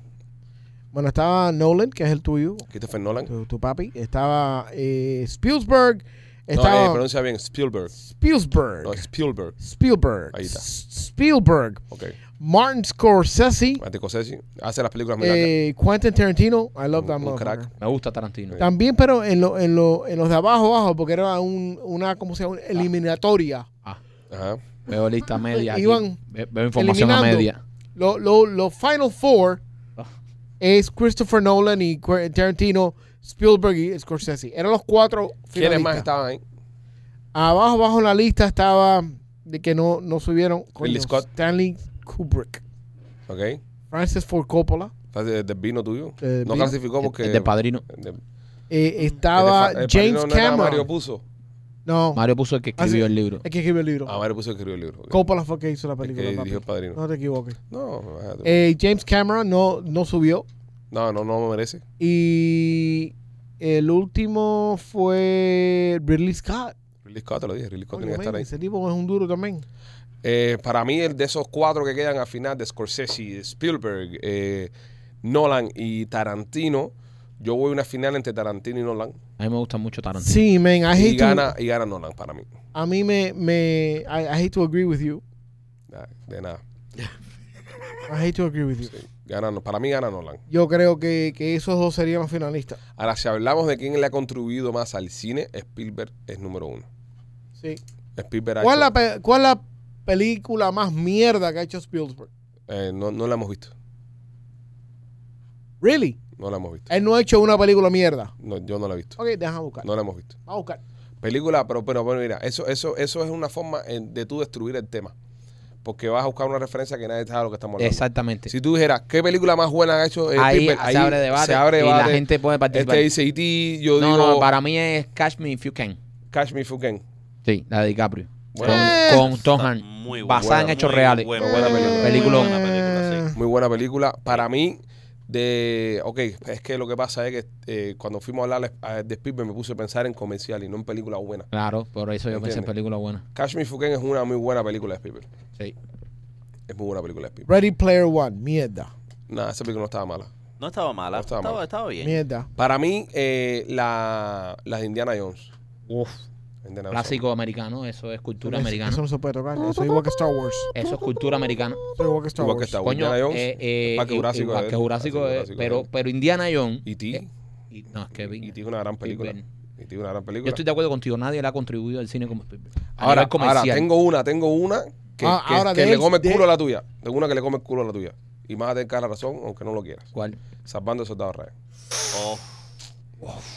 Speaker 3: Bueno, estaba Nolan, que es el tuyo,
Speaker 1: Christopher Nolan.
Speaker 3: tu, tu papi. Estaba eh, Spielberg.
Speaker 1: No, eh,
Speaker 3: Estaba
Speaker 1: pronuncia bien. Spielberg.
Speaker 3: Spielberg.
Speaker 1: No, Spielberg.
Speaker 3: Spielberg.
Speaker 1: Ahí está.
Speaker 3: S- Spielberg.
Speaker 1: Ok.
Speaker 3: Martin Scorsese.
Speaker 1: Martin Scorsese hace las películas muy largas.
Speaker 3: eh, Quentin Tarantino. I love
Speaker 1: Un-
Speaker 3: that
Speaker 1: un
Speaker 3: motherfucker.
Speaker 1: crack.
Speaker 2: Me gusta Tarantino.
Speaker 3: También, pero en, lo, en, lo, en los de abajo, abajo, porque era un, una, ¿cómo se llama?
Speaker 1: Ah.
Speaker 3: Eliminatoria.
Speaker 1: Ajá.
Speaker 2: Veo lista media. aquí.
Speaker 3: Iván,
Speaker 2: Ve- Veo información a
Speaker 3: eliminando.
Speaker 2: media.
Speaker 3: Lo, lo, lo Final Four
Speaker 2: Ah.
Speaker 3: es Christopher Nolan y Qu- Tarantino, Spielberg y Scorsese. Eran los cuatro
Speaker 1: ¿Quiénes más
Speaker 3: finalistas.
Speaker 1: estaban ahí?
Speaker 3: Abajo, abajo en la lista estaba de que no, no subieron
Speaker 1: Ridley Scott.
Speaker 3: Stanley Kubrick,
Speaker 1: Ok.
Speaker 3: Francis Ford Coppola,
Speaker 1: Entonces, del vino tuyo.
Speaker 3: Eh,
Speaker 1: no
Speaker 3: vino.
Speaker 1: clasificó porque.
Speaker 2: El de padrino.
Speaker 1: de- de-
Speaker 3: eh,
Speaker 1: el
Speaker 3: estaba
Speaker 1: de fa- el padrino
Speaker 3: James
Speaker 1: no era Mario
Speaker 3: Cameron.
Speaker 1: Puzo.
Speaker 3: No,
Speaker 2: Mario puso el que
Speaker 3: Ah,
Speaker 2: escribió
Speaker 3: sí.
Speaker 2: el libro.
Speaker 3: es que escribió el libro.
Speaker 1: Ah, Mario Puzo escribió el libro. ok.
Speaker 3: Coppola fue el que hizo la
Speaker 1: El
Speaker 3: película.
Speaker 1: que
Speaker 3: papi.
Speaker 1: dirigió el padrino.
Speaker 3: No te equivoques.
Speaker 1: No, imagínate.
Speaker 3: Eh, James Cameron no, no subió.
Speaker 1: no, no, no me merece.
Speaker 3: Y el último fue Ridley Scott.
Speaker 1: Ridley Scott, te lo dije. Ridley Scott
Speaker 3: Coño,
Speaker 1: tiene que estar
Speaker 3: men,
Speaker 1: ahí.
Speaker 3: ese tipo es un duro también.
Speaker 1: Eh, para mí, el de esos cuatro que quedan al final, de Scorsese, Spielberg, eh, Nolan y Tarantino, yo voy a una final entre Tarantino y Nolan.
Speaker 2: A mí me gusta mucho Tarantino.
Speaker 3: Sí, man, I hate
Speaker 1: Y
Speaker 3: to-
Speaker 1: gana, y gana Nolan para mí.
Speaker 3: A mí me, me I, I hate to agree with you.
Speaker 1: Ah, De nada.
Speaker 3: I hate to agree with you.
Speaker 1: Gana- para mí gana Nolan.
Speaker 3: Yo creo que, que esos dos serían los finalistas.
Speaker 1: Ahora, si hablamos de quién le ha contribuido más al cine, Spielberg es número uno.
Speaker 3: Sí.
Speaker 1: Spielberg ha
Speaker 3: ¿Cuál es
Speaker 1: hecho-
Speaker 3: la, pe- cuál la película más mierda que ha hecho Spielberg?
Speaker 1: eh, no, no la hemos visto.
Speaker 3: Really?
Speaker 1: No la hemos visto.
Speaker 3: Él no ha hecho una película mierda.
Speaker 1: No, yo no la he visto.
Speaker 3: Ok, déjame buscar.
Speaker 1: No la hemos visto.
Speaker 3: Vamos a buscar.
Speaker 1: Película, pero, pero bueno, mira, eso, eso, eso es una forma eh, de tú destruir el tema. Porque vas a buscar una referencia que nadie sabe lo que estamos hablando.
Speaker 2: Exactamente.
Speaker 1: Si tú dijeras, ¿qué película más buena ha hecho eh,
Speaker 2: Ahí
Speaker 1: Piper?
Speaker 2: se abre debate
Speaker 1: se abre
Speaker 2: y la
Speaker 1: debate.
Speaker 2: gente puede participar.
Speaker 1: Este dice E.T., yo
Speaker 2: no,
Speaker 1: digo
Speaker 2: no, para mí es Catch Me If You Can.
Speaker 1: Catch Me If You Can.
Speaker 2: Sí, la de DiCaprio.
Speaker 1: Bueno.
Speaker 2: con, con Tom Hanks.
Speaker 4: Muy
Speaker 2: Basada en hechos
Speaker 4: muy
Speaker 2: reales.
Speaker 4: buena,
Speaker 1: Buena
Speaker 3: Eh,
Speaker 1: película.
Speaker 2: Película.
Speaker 4: Buena película, sí.
Speaker 1: Muy buena película. Para mí, de. Ok, es que lo que pasa es que eh, cuando fuimos a hablar a- de Spielberg me puse a pensar en comercial y no en película buena.
Speaker 2: Claro, por eso yo pensé en
Speaker 1: Entiende.
Speaker 2: película buena.
Speaker 1: Catch Me If You Can es una muy buena película de Spielberg.
Speaker 2: Sí.
Speaker 1: Es muy buena película de Spielberg.
Speaker 3: Ready Player One, mierda.
Speaker 1: Nada, esa película no estaba mala.
Speaker 4: No estaba mala.
Speaker 1: No estaba
Speaker 4: estaba,
Speaker 1: mala.
Speaker 4: estaba bien.
Speaker 3: Mierda.
Speaker 1: Para mí, eh, la, las de Indiana Jones.
Speaker 2: Uf,
Speaker 1: Indiana Jones.
Speaker 2: clásico americano, eso es cultura
Speaker 3: Eso-
Speaker 2: americana.
Speaker 3: Eso no se puede tocar. Eso es igual que Star Wars.
Speaker 2: Eso es cultura americana.
Speaker 3: Eso es igual que Star
Speaker 1: Igual que
Speaker 3: Wars.
Speaker 1: Star Wars.
Speaker 2: Coño,
Speaker 1: Indiana Jones,
Speaker 2: eh, eh,
Speaker 1: Parque
Speaker 2: i-
Speaker 1: Jurásico
Speaker 2: igual
Speaker 1: es-
Speaker 2: que Jurásico
Speaker 1: Parque
Speaker 2: es,
Speaker 1: Jurásico
Speaker 2: pero,
Speaker 1: es.
Speaker 2: pero Indiana Jones.
Speaker 1: E.T.
Speaker 2: eh, y- no, es que vi-
Speaker 1: E.T. E es una gran película.
Speaker 2: Spielberg.
Speaker 1: E.T. es una gran
Speaker 2: Yo
Speaker 1: película.
Speaker 2: estoy de acuerdo contigo, nadie le ha contribuido al cine como Spielberg. A
Speaker 1: Ahora,
Speaker 2: nivel comercial.
Speaker 1: ahora, tengo una, tengo una que,
Speaker 3: Ah,
Speaker 1: que-
Speaker 3: ahora
Speaker 1: que
Speaker 3: de
Speaker 1: le
Speaker 3: él-
Speaker 1: come el
Speaker 3: de-
Speaker 1: culo a la tuya. Tengo una que le come el culo a la tuya. Y más a tener cada razón, aunque no lo quieras.
Speaker 2: ¿Cuál?
Speaker 1: Salvando al soldado Ryan.
Speaker 4: Oh,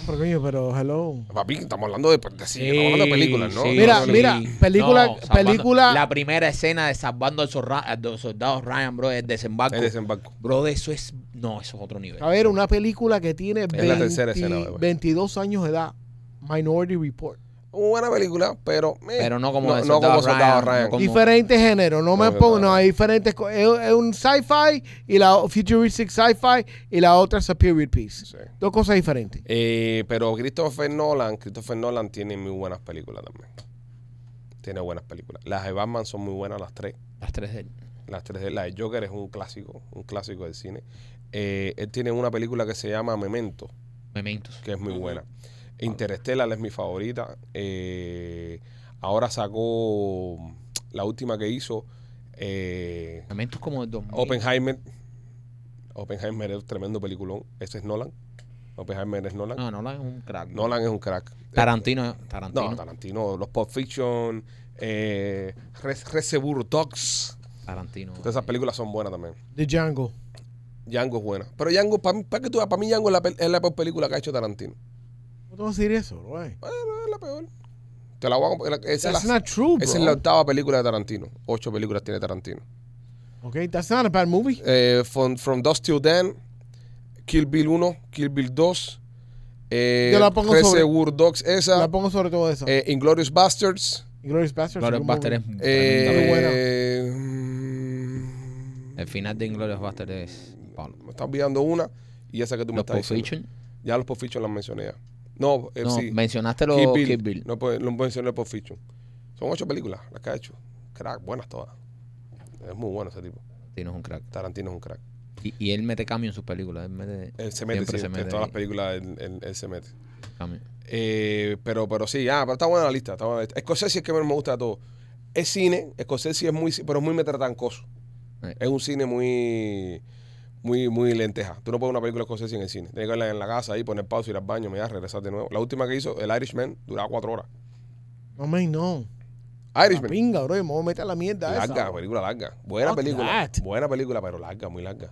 Speaker 3: Pero coño, pero hello.
Speaker 1: Papi, estamos hablando de, de- sí, estamos hablando de películas, ¿no?
Speaker 2: sí,
Speaker 3: Mira,
Speaker 2: sí.
Speaker 3: mira, película-
Speaker 2: salvando-
Speaker 3: película-
Speaker 2: La primera escena de Salvando al Zorra- a los soldados Ryan, bro, el desembarco.
Speaker 1: El desembarco.
Speaker 2: Bro, de eso es. No, eso es otro nivel.
Speaker 3: A ver, una película que tiene
Speaker 1: la tercera
Speaker 3: 20
Speaker 1: escena, bebé.
Speaker 3: 22 años de edad. Minority Report.
Speaker 1: Una buena película, pero. eh,
Speaker 2: Pero no como el
Speaker 1: no
Speaker 2: soldado
Speaker 1: como soldado
Speaker 2: Ryan,
Speaker 1: Ryan.
Speaker 2: no como-
Speaker 3: Diferentes géneros, no me
Speaker 1: No,
Speaker 3: pongo,
Speaker 1: no.
Speaker 3: no, hay diferentes, co- es, es un sci-fi y la o- futuristic sci-fi y la otra es a period piece.
Speaker 1: Sí.
Speaker 3: Dos cosas diferentes.
Speaker 1: Eh, pero Christopher Nolan, Christopher Nolan tiene muy buenas películas también. Tiene buenas películas. Las de Batman son muy buenas las tres.
Speaker 2: Las tres de él.
Speaker 1: Las tres de la de Joker es un clásico, un clásico del cine. Eh, él tiene una película que se llama Memento,
Speaker 2: Mementos.
Speaker 1: que es muy
Speaker 4: Ujú.
Speaker 1: buena. Interstellar es mi favorita. Eh, ahora sacó la última que hizo. Eh,
Speaker 2: Mementos como el 2000.
Speaker 1: Oppenheimer. Oppenheimer es tremendo peliculón. Ese es Nolan. Oppenheimer es Nolan.
Speaker 2: No, Nolan es un crack.
Speaker 1: Nolan es un crack.
Speaker 2: Tarantino,
Speaker 1: Eh,
Speaker 2: Tarantino.
Speaker 1: No, Tarantino, los Pulp Fiction, eh, Res- Reservoir Dogs.
Speaker 2: Tarantino.
Speaker 1: Todas esas películas son buenas también.
Speaker 3: The Django.
Speaker 1: Django es buena. Pero Django, para mí, para que tú veas, para mí Django es la, pel- es la peor película que ha hecho Tarantino.
Speaker 3: ¿Cómo te vas a decir eso, bro?
Speaker 1: Es la peor. Te la voy a comp- la- esa es
Speaker 3: That's
Speaker 1: la-
Speaker 3: not true, bro.
Speaker 1: esa es la octava película de Tarantino. Ocho películas tiene Tarantino.
Speaker 3: Okay, that's not a bad movie.
Speaker 1: eh, from, From Dust Till Then, Kill Bill 1, Kill Bill 2, eh,
Speaker 3: Yo la pongo sobre-
Speaker 1: Reservoir Dogs, esa,
Speaker 3: La pongo sobre todo eso.
Speaker 1: eh, Inglorious Bastards,
Speaker 3: Glorious Bastards.
Speaker 2: Glorious Buster es un tremendo-
Speaker 1: eh, mm,
Speaker 2: El final de Inglorious Buster es. Pablo.
Speaker 1: me está olvidando una, y esa que tú me
Speaker 2: Los
Speaker 1: estás
Speaker 2: Pulp
Speaker 1: diciendo.
Speaker 2: Fiction.
Speaker 1: Ya los Pulp Fiction las mencioné ya. No, eh,
Speaker 2: No,
Speaker 1: sí,
Speaker 2: mencionaste los
Speaker 1: Kill Bill,
Speaker 2: Kill Bill.
Speaker 1: No, puedo- no mencioné Pulp Fiction. Son ocho películas las que ha hecho. Crack, buenas todas. Es muy bueno ese tipo.
Speaker 2: Tarantino es un crack.
Speaker 1: Tarantino es un crack.
Speaker 2: Y, y él mete cambio en sus películas. Él mete
Speaker 1: Él se mete,
Speaker 2: Siempre
Speaker 1: sí,
Speaker 2: se mete
Speaker 1: en todas
Speaker 2: ahí.
Speaker 1: las películas él- él- él se mete.
Speaker 2: cambio.
Speaker 1: Eh, pero, pero sí, ah, pero está buena la lista. Está buena la lista. Escocés es que menos me gusta de todo. Es cine, Escocés sí es muy, pero es muy metratancoso.
Speaker 2: Sí.
Speaker 1: Es un cine muy, muy, muy lenteja. Tú no puedes ver una película escocesa en el cine. Tienes que verla en la casa ahí, poner pausa, ir al baño, mirar, regresar de nuevo. La última que hizo, el Irishman, duraba cuatro horas.
Speaker 3: No, man, no. La
Speaker 1: Irishman.
Speaker 3: pinga, bro. Me voy a meter a la mierda
Speaker 1: Larga,
Speaker 3: esa.
Speaker 1: película larga. Buena
Speaker 3: Fuck
Speaker 1: película.
Speaker 3: that.
Speaker 1: Buena película, pero larga, muy larga.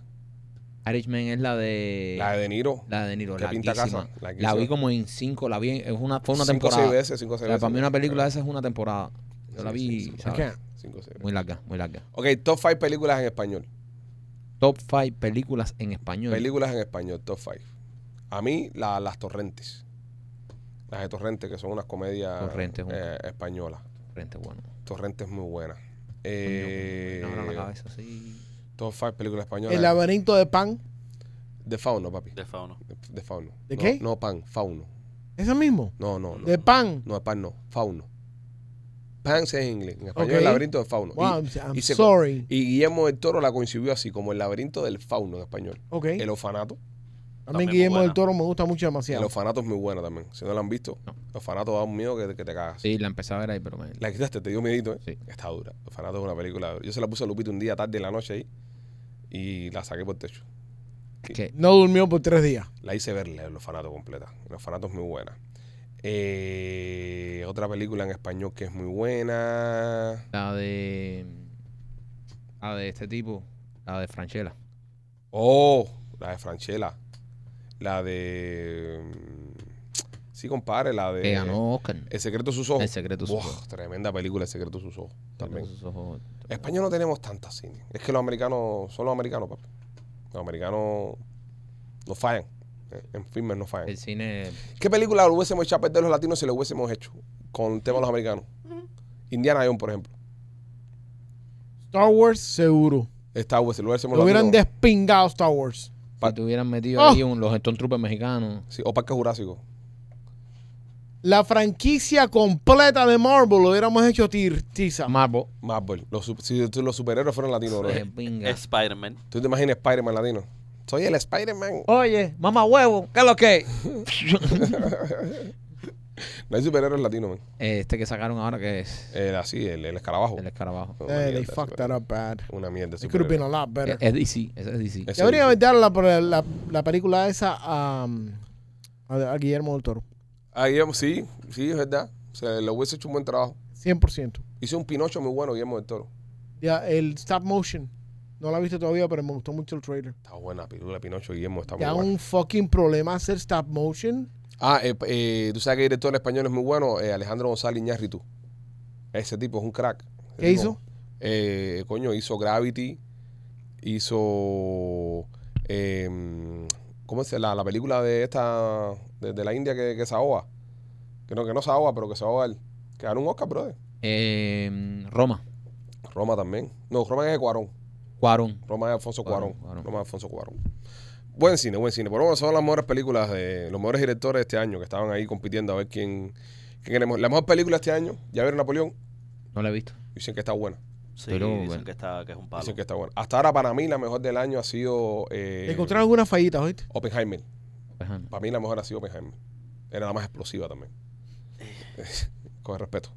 Speaker 2: Irishman es la de.
Speaker 1: La de De Niro.
Speaker 2: la de De Niro.
Speaker 1: Que pinta
Speaker 2: larguísima.
Speaker 1: casa, larguísima.
Speaker 2: La vi como en cinco. La vi en, es una, fue una
Speaker 1: cinco o
Speaker 2: temporada.
Speaker 1: seis veces, cinco o seis
Speaker 2: O sea,
Speaker 1: veces.
Speaker 2: para mí una película esa es una temporada. Yo la
Speaker 1: Sí,
Speaker 2: vi,
Speaker 1: sí, sí, sí.
Speaker 2: ¿sabes?
Speaker 3: ¿Qué?
Speaker 1: Cinco o seis veces.
Speaker 2: Muy larga, muy larga.
Speaker 1: Ok, top five películas en español.
Speaker 2: Top 5 películas en español.
Speaker 1: Películas en español, top 5. A mí, la- las torrentes. Las de Torrente, que son unas comedias
Speaker 2: Torrente es un-
Speaker 1: eh, españolas.
Speaker 2: Frente, bueno.
Speaker 1: Torrente es muy buena.
Speaker 2: pues, Me
Speaker 1: Eh,
Speaker 2: abra la cabeza, sí.
Speaker 1: top 5 películas
Speaker 3: El
Speaker 1: españolas.
Speaker 3: laberinto de pan.
Speaker 1: De Fauno, papi.
Speaker 4: de fauno.
Speaker 1: De, de Fauno.
Speaker 3: ¿De
Speaker 1: No,
Speaker 3: qué?
Speaker 1: No, Pan, Fauno.
Speaker 3: Eso mismo.
Speaker 1: No, no, no.
Speaker 3: De pan.
Speaker 1: No, Pan no, Fauno. Pan se es en inglés. En español,
Speaker 3: Ok.
Speaker 1: el laberinto de Fauno.
Speaker 3: Wow,
Speaker 1: y,
Speaker 3: I'm, I'm
Speaker 1: y se-
Speaker 3: sorry.
Speaker 1: y Guillermo del Toro la concibió así, como el laberinto del Fauno en español.
Speaker 3: Ok.
Speaker 1: El orfanato.
Speaker 3: A mí
Speaker 4: también
Speaker 3: Guillermo
Speaker 4: muy
Speaker 3: del
Speaker 4: buena.
Speaker 3: Toro me gusta mucho
Speaker 1: El
Speaker 3: demasiado.
Speaker 1: orfanato es muy buena también. Si no la han visto,
Speaker 2: No.
Speaker 1: el orfanato da un miedo que, que te cagas.
Speaker 2: Sí, la empecé a ver ahí, pero me...
Speaker 1: La quitaste, te dio miedito, ¿eh?
Speaker 2: Sí.
Speaker 1: Está dura. Los fanatos es una película. Yo se la puse a Lupito un día tarde en la noche ahí y la saqué por el techo.
Speaker 2: es que
Speaker 3: No durmió por tres días.
Speaker 1: La hice verle los fanatos completa. Los fanatos muy buena. Eh, otra película en español que es muy buena.
Speaker 2: la de... La de este tipo, la de Franchella.
Speaker 1: Oh, la de Franchella. La de. mm, Sí, compadre, la de.
Speaker 2: Que ganó Oscar.
Speaker 1: El secreto de sus ojos.
Speaker 2: El secreto de sus
Speaker 1: eh, oh, Buah,
Speaker 2: ojos.
Speaker 1: Tremenda película, El secreto de sus ojos. También.
Speaker 2: Sus ojos.
Speaker 1: En España no tenemos tantas cine. Es que los americanos son los americanos, papi. Los americanos no fallan. Eh, En filmes no fallan.
Speaker 2: El cine.
Speaker 1: ¿Qué película lo hubiésemos echado a perder los latinos si lo hubiésemos hecho con el tema de los americanos? Indiana Jones, por ejemplo.
Speaker 3: Star Wars, seguro.
Speaker 1: Esta Wars, si lo hubiésemos
Speaker 3: Lo hubieran
Speaker 1: latinos.
Speaker 3: despingado Star Wars.
Speaker 1: Pa-
Speaker 2: Si te hubieran metido
Speaker 3: ¡Oh!
Speaker 2: ahí un, los Stormtroopers mexicanos.
Speaker 1: Sí, o Parque Jurásico.
Speaker 3: La franquicia completa de Marvel lo hubiéramos hecho tir tiza.
Speaker 1: Oh,
Speaker 2: Marvel.
Speaker 1: Marvel. Los, sup- si si los superhéroes fueron latinos, bro.
Speaker 2: Eh, venga.
Speaker 4: Spider-Man.
Speaker 1: ¿Tú te imaginas Spider-Man latino? Soy el Spider-Man.
Speaker 2: Oye, mamá huevo, ¿qué es lo que?
Speaker 1: No hay superhéroes latinos, man.
Speaker 2: Este que sacaron ahora que es
Speaker 1: El así, el, el escarabajo.
Speaker 2: el escarabajo.
Speaker 1: Una
Speaker 3: Eh, they
Speaker 1: mierda,
Speaker 3: fucked that up bad.
Speaker 1: Una mierda.
Speaker 3: It could have been
Speaker 1: superhéroe.
Speaker 3: a lot better.
Speaker 2: Es, es DC, ese es DC.
Speaker 1: Ese
Speaker 3: Debería
Speaker 1: dice.
Speaker 3: meter la, la, la película esa a, um, a, a Guillermo del Toro.
Speaker 1: Ahí, sí, sí, es verdad. Se le hubiese hecho un buen trabajo.
Speaker 3: 100%.
Speaker 1: Hizo un Pinocho muy bueno, Guillermo del Toro.
Speaker 3: Ya, el stop motion. No la he visto todavía, pero me gustó mucho el trailer.
Speaker 1: Está buena la película, Pinocho, Guillermo, está muy
Speaker 3: Ya
Speaker 1: buena.
Speaker 3: un fucking problema hacer stop motion.
Speaker 1: Ah, eh, eh, tú sabes que el director español es muy bueno, eh, Alejandro González Iñárritu. Ese tipo es un crack. Ese
Speaker 3: ¿Qué
Speaker 1: tipo,
Speaker 3: hizo?
Speaker 1: eh, coño, hizo Gravity, hizo... eh, ¿Cómo es? La, la película de esta... De, de la India que, que se ahoga. Que no, que no se ahoga, pero que se ahoga él. Que ganó un Oscar, brother.
Speaker 2: Eh, Roma,
Speaker 1: Roma también. No, Roma es de Cuarón.
Speaker 2: Cuarón.
Speaker 1: Roma de Alfonso
Speaker 2: Cuarón,
Speaker 1: Cuarón.
Speaker 2: Cuarón.
Speaker 1: Roma de Alfonso Cuarón. Buen cine, buen cine. Por lo menos son las mejores películas de los mejores directores de este año que estaban ahí compitiendo a ver quién, quién era el mejor. La mejor película este año, ya vieron Napoleón,
Speaker 2: No la he visto.
Speaker 1: dicen que está buena.
Speaker 4: Sí,
Speaker 2: Pero,
Speaker 4: dicen
Speaker 2: bueno.
Speaker 4: que, está, que es un palo.
Speaker 1: Dicen que está buena. Hasta ahora para mí la mejor del año ha sido eh,
Speaker 3: Te encontraron algunas fallitas, ¿oíste?
Speaker 1: Oppenheimer.
Speaker 2: Pues, Ajá.
Speaker 1: Para mí la mejor ha sido Oppenheimer. Era la más explosiva también. Con el respeto.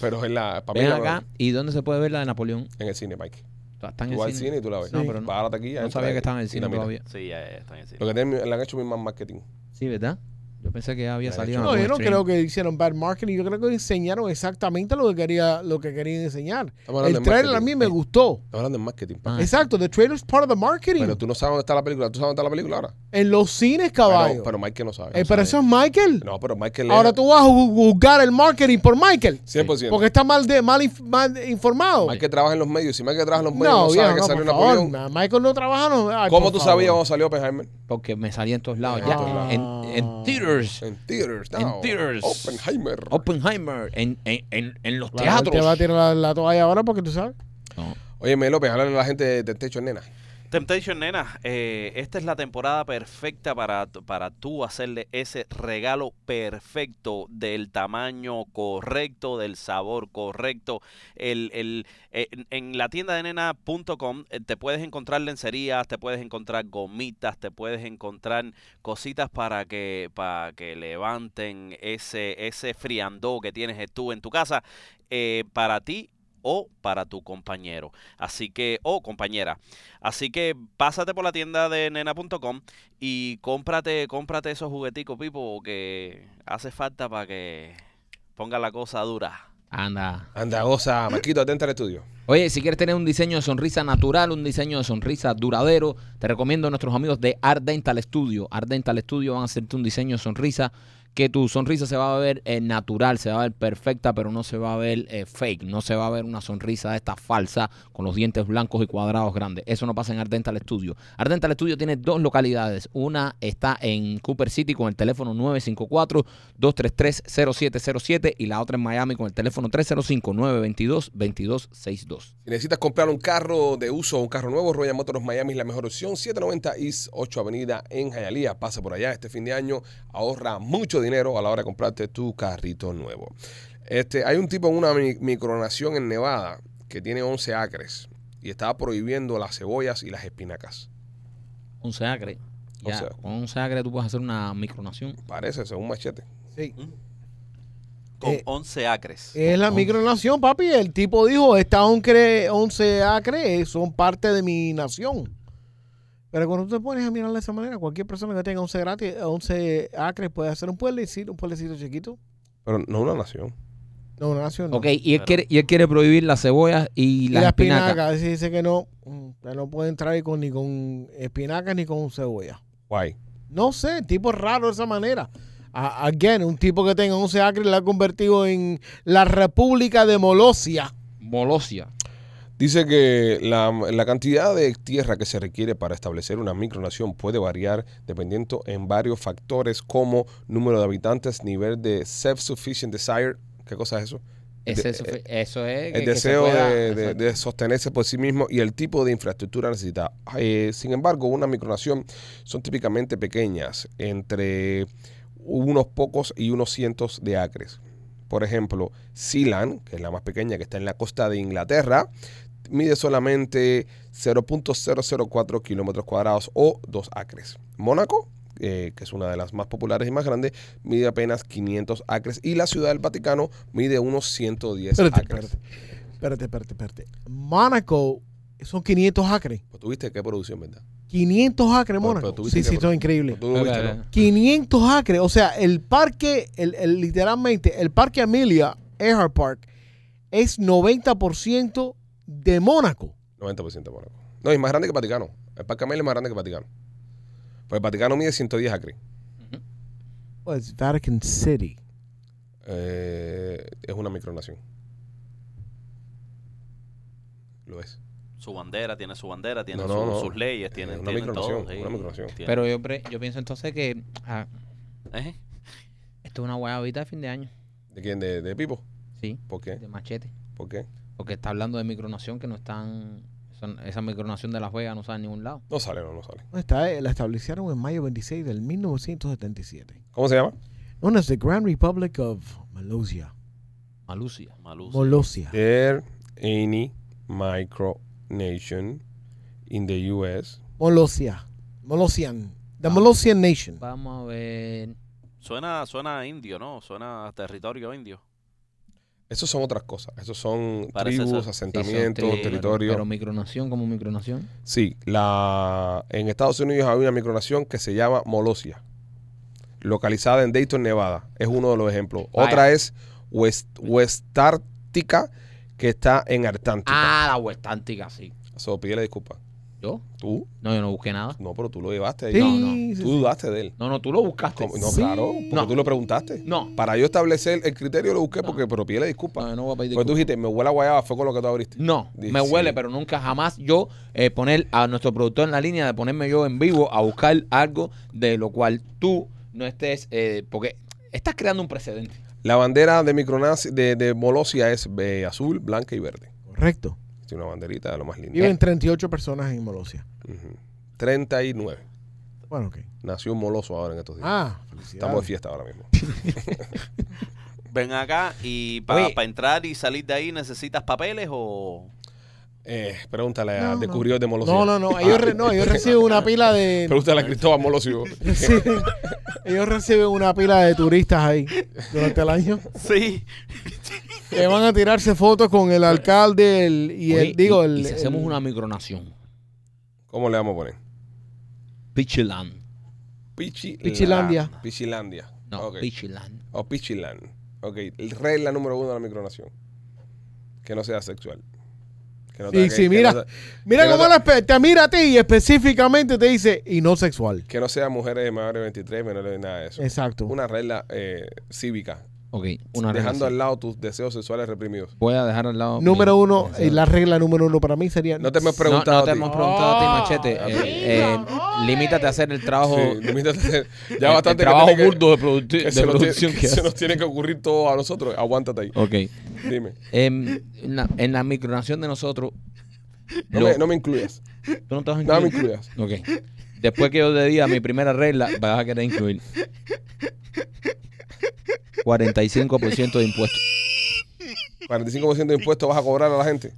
Speaker 1: Pero es la, para mí
Speaker 2: Ven
Speaker 1: la mejor.
Speaker 2: acá, ¿y dónde se puede ver la de Napoleón?
Speaker 1: en el cine, Mike.
Speaker 2: Está en
Speaker 1: Tú vas al
Speaker 2: el
Speaker 1: cine
Speaker 2: cine.
Speaker 1: y tú la ves.
Speaker 2: No, pero no-
Speaker 1: Vas a la taquilla,
Speaker 2: No
Speaker 1: entra
Speaker 2: sabía
Speaker 1: ahí
Speaker 2: que estaba en el
Speaker 1: y la
Speaker 2: cine
Speaker 1: miras.
Speaker 2: todavía.
Speaker 4: Sí, ya, ya, están en cine.
Speaker 1: Lo que tienen- le han hecho mi más marketing.
Speaker 2: Sí, ¿verdad? Yo pensé que ya había
Speaker 1: La he
Speaker 2: salido.
Speaker 1: hecho.
Speaker 2: en
Speaker 3: No, yo
Speaker 2: algún
Speaker 3: no
Speaker 2: stream.
Speaker 3: creo que hicieron bad marketing. Yo creo que enseñaron exactamente lo que quería, lo que querían enseñar.
Speaker 1: Estamos hablando
Speaker 3: El
Speaker 1: de
Speaker 3: trailer a
Speaker 1: marketing.
Speaker 3: mí me gustó.
Speaker 1: Estamos hablando de marketing. pa.
Speaker 2: Ah,
Speaker 3: Exacto, the trailer is part of the marketing.
Speaker 1: Pero tú no sabes dónde está la película. ¿Tú sabes dónde está la película ahora?
Speaker 3: en los cines,
Speaker 1: Pero,
Speaker 3: caballo.
Speaker 1: pero Michael no sabe.
Speaker 3: Eh, pero eso es Michael.
Speaker 1: No, pero Michael
Speaker 3: Ahora
Speaker 1: es
Speaker 3: tú vas a ju- juzgar el marketing por Michael.
Speaker 1: 100%.
Speaker 3: Porque está mal, de, mal, inf- mal informado.
Speaker 1: Michael trabaja en los medios. Si Michael trabaja en los medios, no,
Speaker 3: no,
Speaker 1: sabe
Speaker 3: viejo,
Speaker 1: que
Speaker 3: no,
Speaker 1: salió
Speaker 3: por favor.
Speaker 1: Napoleón.
Speaker 3: Ma- Michael no trabaja. No, ay,
Speaker 1: ¿Cómo
Speaker 3: por
Speaker 1: tú
Speaker 3: favor.
Speaker 1: sabías cuando salió Oppenheimer?
Speaker 2: Porque me salía en todos lados.
Speaker 1: En
Speaker 2: ya.
Speaker 1: todos lados.
Speaker 2: En, en theaters.
Speaker 1: En theaters.
Speaker 2: En
Speaker 1: no.
Speaker 2: theaters.
Speaker 1: Oppenheimer.
Speaker 2: Oppenheimer. En, en, en, en los
Speaker 3: Claro, él Te va a
Speaker 2: teatros.
Speaker 3: tirar la, la toalla ahora porque tú sabes.
Speaker 2: No.
Speaker 1: Oye, Mel López, háblale a la gente de Techo Nena.
Speaker 4: Temptation, nena, eh, esta es la temporada perfecta para, t- para tú hacerle ese regalo perfecto del tamaño correcto, del sabor correcto. El, el- eh, en, en la tienda de nena.com eh, te puedes encontrar lencerías, te puedes encontrar gomitas, te puedes encontrar cositas para que, para que levanten ese, ese friandó que tienes tú en tu casa eh, para ti o para tu compañero. Así que, o compañera. Así que pásate por la tienda de nena.com y cómprate, cómprate esos jugueticos, Pipo, que hace falta para que ponga la cosa dura.
Speaker 2: Anda.
Speaker 1: Anda, goza. Marquito, atenta al estudio.
Speaker 2: Oye, si quieres tener un diseño de sonrisa natural, un diseño de sonrisa duradero, te recomiendo a nuestros amigos de Art Dental Studio. Art Dental Studio van a hacerte un diseño de sonrisa que tu sonrisa se va a ver eh, natural, se va a ver perfecta, pero no se va a ver eh, fake, no se va a ver una sonrisa de esta falsa con los dientes blancos y cuadrados grandes. Eso no pasa en Art Dental Studio. Art Dental Studio tiene dos localidades. Una está en Cooper City con el teléfono 954-233-0707 y la otra en Miami con el teléfono 305-922-2262.
Speaker 1: Si necesitas comprar un carro de uso o un carro nuevo, Royal Motors Miami es la mejor opción. 790 East 8 Avenida en Hialeah. Pasa por allá este fin de año. Ahorra mucho dinero a la hora de comprarte tu carrito nuevo. Este, hay un tipo en una mi- micronación en Nevada que tiene 11 acres y está prohibiendo las cebollas y las espinacas.
Speaker 2: 11 acres. Ya,
Speaker 1: sea-
Speaker 2: con 11 acres tú puedes hacer una micronación.
Speaker 1: Parece, según machete.
Speaker 3: Sí.
Speaker 4: Con
Speaker 3: Eh,
Speaker 4: 11 acres.
Speaker 3: Es la micronación, papi. El tipo dijo, estas 11 11 acres son parte de mi nación. Pero cuando tú te pones a mirar de esa manera, cualquier persona que tenga 11, gratis, 11 acres puede hacer un pueblecito, un pueblecito chiquito.
Speaker 1: Pero no una nación.
Speaker 3: No, una nación. no.
Speaker 2: Ok, y él,
Speaker 4: Claro.
Speaker 2: quiere, y él quiere prohibir las cebollas y
Speaker 3: Y
Speaker 2: las
Speaker 3: la
Speaker 2: espinacas.
Speaker 3: espinaca, dice, dice que no, mm, que no puede entrar ahí con, ni con espinacas ni con cebolla.
Speaker 1: Guay.
Speaker 3: No sé, tipo raro de esa manera. a- again, un tipo que tenga 11 acres la ha convertido en la República de Molosia.
Speaker 2: Molosia.
Speaker 1: Dice que la, la cantidad de tierra que se requiere para establecer una micronación puede variar dependiendo en varios factores como número de habitantes, nivel de self-sufficient desire, ¿qué cosa es eso?
Speaker 2: Ese-
Speaker 1: De- eh,
Speaker 2: eso, eso es. que-
Speaker 1: el
Speaker 2: que se
Speaker 1: deseo
Speaker 2: pueda-
Speaker 1: de, de-
Speaker 2: Exacto.
Speaker 1: de sostenerse por sí mismo y el tipo de infraestructura necesitada. Eh, sin embargo, una micronación son típicamente pequeñas, entre unos pocos y unos cientos de acres. Por ejemplo, Sealand, que es la más pequeña que está en la costa de Inglaterra, mide solamente 0.004 kilómetros cuadrados o 2 acres. Mónaco, eh, que es una de las más populares y más grandes, mide apenas 500 acres y la Ciudad del Vaticano mide unos 110
Speaker 3: Espérate,
Speaker 1: acres.
Speaker 3: espérate. Espérate, espérate, espérate. Mónaco son 500 acres.
Speaker 1: Pues tuviste qué producción, ¿verdad?
Speaker 3: 500 acres,
Speaker 1: Pero-
Speaker 3: Mónaco.
Speaker 1: pero tuviste
Speaker 3: Sí,
Speaker 1: que-
Speaker 3: sí, esto es increíble.
Speaker 1: Pues tú no
Speaker 2: Espera,
Speaker 1: viste, ¿no?
Speaker 2: espera.
Speaker 3: 500 acres. O sea, el parque, el, el- literalmente, el parque Amelia, Earhart Park, es 90% de Mónaco.
Speaker 1: 90% Mónaco. No, es más grande que el Vaticano. El Parque Amel es más grande que el Vaticano. Pues el Vaticano mide 110 acres.
Speaker 3: Pues Vatican City.
Speaker 1: Eh, es una micronación. Lo es.
Speaker 4: Su bandera, tiene su bandera, tiene
Speaker 1: No, no,
Speaker 4: su-
Speaker 1: no.
Speaker 4: sus leyes, tiene,
Speaker 1: una
Speaker 4: tiene
Speaker 1: micronación,
Speaker 4: todo, sí.
Speaker 1: una micronación.
Speaker 4: Tiene-
Speaker 2: Pero yo, pre- yo pienso entonces que ah,
Speaker 4: ¿Eh?
Speaker 2: esto es una guayabita de fin de año.
Speaker 1: ¿De quién? ¿De, de Pipo?
Speaker 2: Sí,
Speaker 1: ¿Por qué?
Speaker 2: de machete.
Speaker 1: ¿Por qué?
Speaker 2: Porque está hablando de micronación que no están. son- esa micronación de la juega no sale a ningún lado.
Speaker 1: No sale, no, no sale.
Speaker 3: Está, eh, la establecieron en mayo 26 del 1977.
Speaker 1: ¿Cómo se llama?
Speaker 3: Known as the Grand Republic of Molosia.
Speaker 2: Malucia.
Speaker 4: Maluz.
Speaker 3: Molosia.
Speaker 1: There any micronation in the U.S.
Speaker 3: Molosia. Molosian.
Speaker 2: Ah.
Speaker 3: The Molosian Nation.
Speaker 2: Vamos a ver.
Speaker 4: Suena, suena a indio, ¿no? Suena a territorio indio.
Speaker 1: Esos son otras cosas. Esos son
Speaker 4: Parece
Speaker 1: tribus,
Speaker 4: ser.
Speaker 2: Sí, son
Speaker 1: asentamientos,
Speaker 2: tribus, pero-
Speaker 1: territorios.
Speaker 2: Pero micronación como micronación.
Speaker 1: Sí, la, en Estados Unidos hay una micronación que se llama Molosia, localizada en Dayton, Nevada. Es uno de los ejemplos.
Speaker 2: Vaya.
Speaker 1: Otra es West, Westártica, que está en Artántica.
Speaker 2: Ah, la huestántica, sí.
Speaker 1: So, pídele disculpas.
Speaker 2: ¿Yo?
Speaker 1: Tú,
Speaker 2: No, yo no busqué nada.
Speaker 1: no, pero tú lo llevaste ahí.
Speaker 3: Sí,
Speaker 2: No, no.
Speaker 3: sí, sí.
Speaker 1: Tú dudaste de él.
Speaker 2: No, no, tú lo buscaste.
Speaker 1: ¿Cómo? No,
Speaker 3: Sí.
Speaker 1: claro, porque
Speaker 2: No.
Speaker 1: tú lo preguntaste.
Speaker 2: No.
Speaker 1: Para yo establecer el criterio lo busqué,
Speaker 2: No. Ah,
Speaker 1: porque, pero pídele disculpas.
Speaker 2: No, yo no voy a pedir
Speaker 1: Porque Pues tú
Speaker 2: disculpas.
Speaker 1: dijiste, me huele a guayaba, fue con lo que tú abriste.
Speaker 2: No,
Speaker 1: Di-
Speaker 2: me
Speaker 1: sí.
Speaker 2: huele, pero nunca jamás yo eh, poner a nuestro productor en la línea de ponerme yo en vivo a buscar algo de lo cual tú no estés, eh, porque estás creando un precedente.
Speaker 1: La bandera de, Micronazi- de, de Molosia es eh, azul, blanca y verde.
Speaker 3: Correcto.
Speaker 1: Es una banderita de lo más lindo.
Speaker 2: Eh.
Speaker 3: Viven 38 personas en Molosia.
Speaker 1: Ujú. 39.
Speaker 3: Bueno, ok.
Speaker 1: Nació un moloso ahora en estos días.
Speaker 3: Ah,
Speaker 1: Estamos de
Speaker 3: felicidades.
Speaker 1: fiesta ahora mismo.
Speaker 4: Ven acá y para
Speaker 2: Oye.
Speaker 4: entrar y salir de ahí necesitas papeles o...
Speaker 1: Eh, pregúntale
Speaker 3: No,
Speaker 1: a
Speaker 3: no.
Speaker 1: descubridor de Molosio.
Speaker 3: No, no, no. Ellos, re- no, ellos reciben una pila de...
Speaker 1: Pregúntale a Cristóbal Molosio.
Speaker 3: Sí. Ellos reciben una pila de turistas ahí durante el año
Speaker 4: Sí.
Speaker 3: que van a tirarse fotos con el alcalde el- y el
Speaker 2: Oye,
Speaker 3: digo
Speaker 2: y-
Speaker 3: el,
Speaker 2: y si hacemos
Speaker 3: el-
Speaker 2: una micronación,
Speaker 1: ¿Cómo le vamos a poner?
Speaker 2: Pichiland.
Speaker 1: Pichi
Speaker 3: Pichilandia.
Speaker 1: Pichilandia.
Speaker 2: No,
Speaker 1: Ok.
Speaker 2: Pichiland.
Speaker 1: O Pichiland. Ok. El regla número uno de la micronación. Que no sea sexual. Que no
Speaker 3: Sí,
Speaker 1: tenga que-
Speaker 3: sí,
Speaker 1: que
Speaker 3: mira.
Speaker 1: no sea-
Speaker 3: mira
Speaker 1: que
Speaker 3: cómo
Speaker 1: no-
Speaker 3: la espe- te mira a ti y específicamente te dice y no sexual
Speaker 1: que no sea mujeres de mayores de 23, menores de nada de eso.
Speaker 3: exacto
Speaker 1: Una regla eh, cívica.
Speaker 2: Ok, una
Speaker 1: dejando
Speaker 2: relación.
Speaker 1: al lado tus deseos sexuales reprimidos.
Speaker 2: Voy a dejar al lado.
Speaker 3: número
Speaker 2: mi-
Speaker 3: uno y la regla número uno para mí sería
Speaker 1: No te hemos
Speaker 2: No,
Speaker 1: preguntado.
Speaker 2: no te
Speaker 1: a ti.
Speaker 2: hemos preguntado a
Speaker 3: Ah,
Speaker 2: ti, Machete.
Speaker 1: a
Speaker 2: Eh,
Speaker 1: ti.
Speaker 2: eh, limítate a hacer el trabajo.
Speaker 1: Sí, limítate. ya
Speaker 2: el-
Speaker 1: bastante que
Speaker 2: el trabajo
Speaker 1: tiene que-
Speaker 2: burdo de, producti-
Speaker 1: que
Speaker 2: de
Speaker 1: se, nos
Speaker 2: producción
Speaker 1: tiene,
Speaker 2: que,
Speaker 1: que se
Speaker 2: haces.
Speaker 1: nos tiene que ocurrir todo a nosotros. Aguántate ahí.
Speaker 2: Ok.
Speaker 1: Dime.
Speaker 2: Em, en, la, en la micronación de nosotros.
Speaker 1: No,
Speaker 2: lo-
Speaker 1: me, no me incluyas.
Speaker 2: ¿Tú no te vas a
Speaker 1: No me
Speaker 2: incluir?
Speaker 1: incluyas.
Speaker 2: Ok. Después que yo te diga mi primera regla, vas a querer incluir 45% de impuestos.
Speaker 1: 45% de impuestos vas a cobrar a la gente.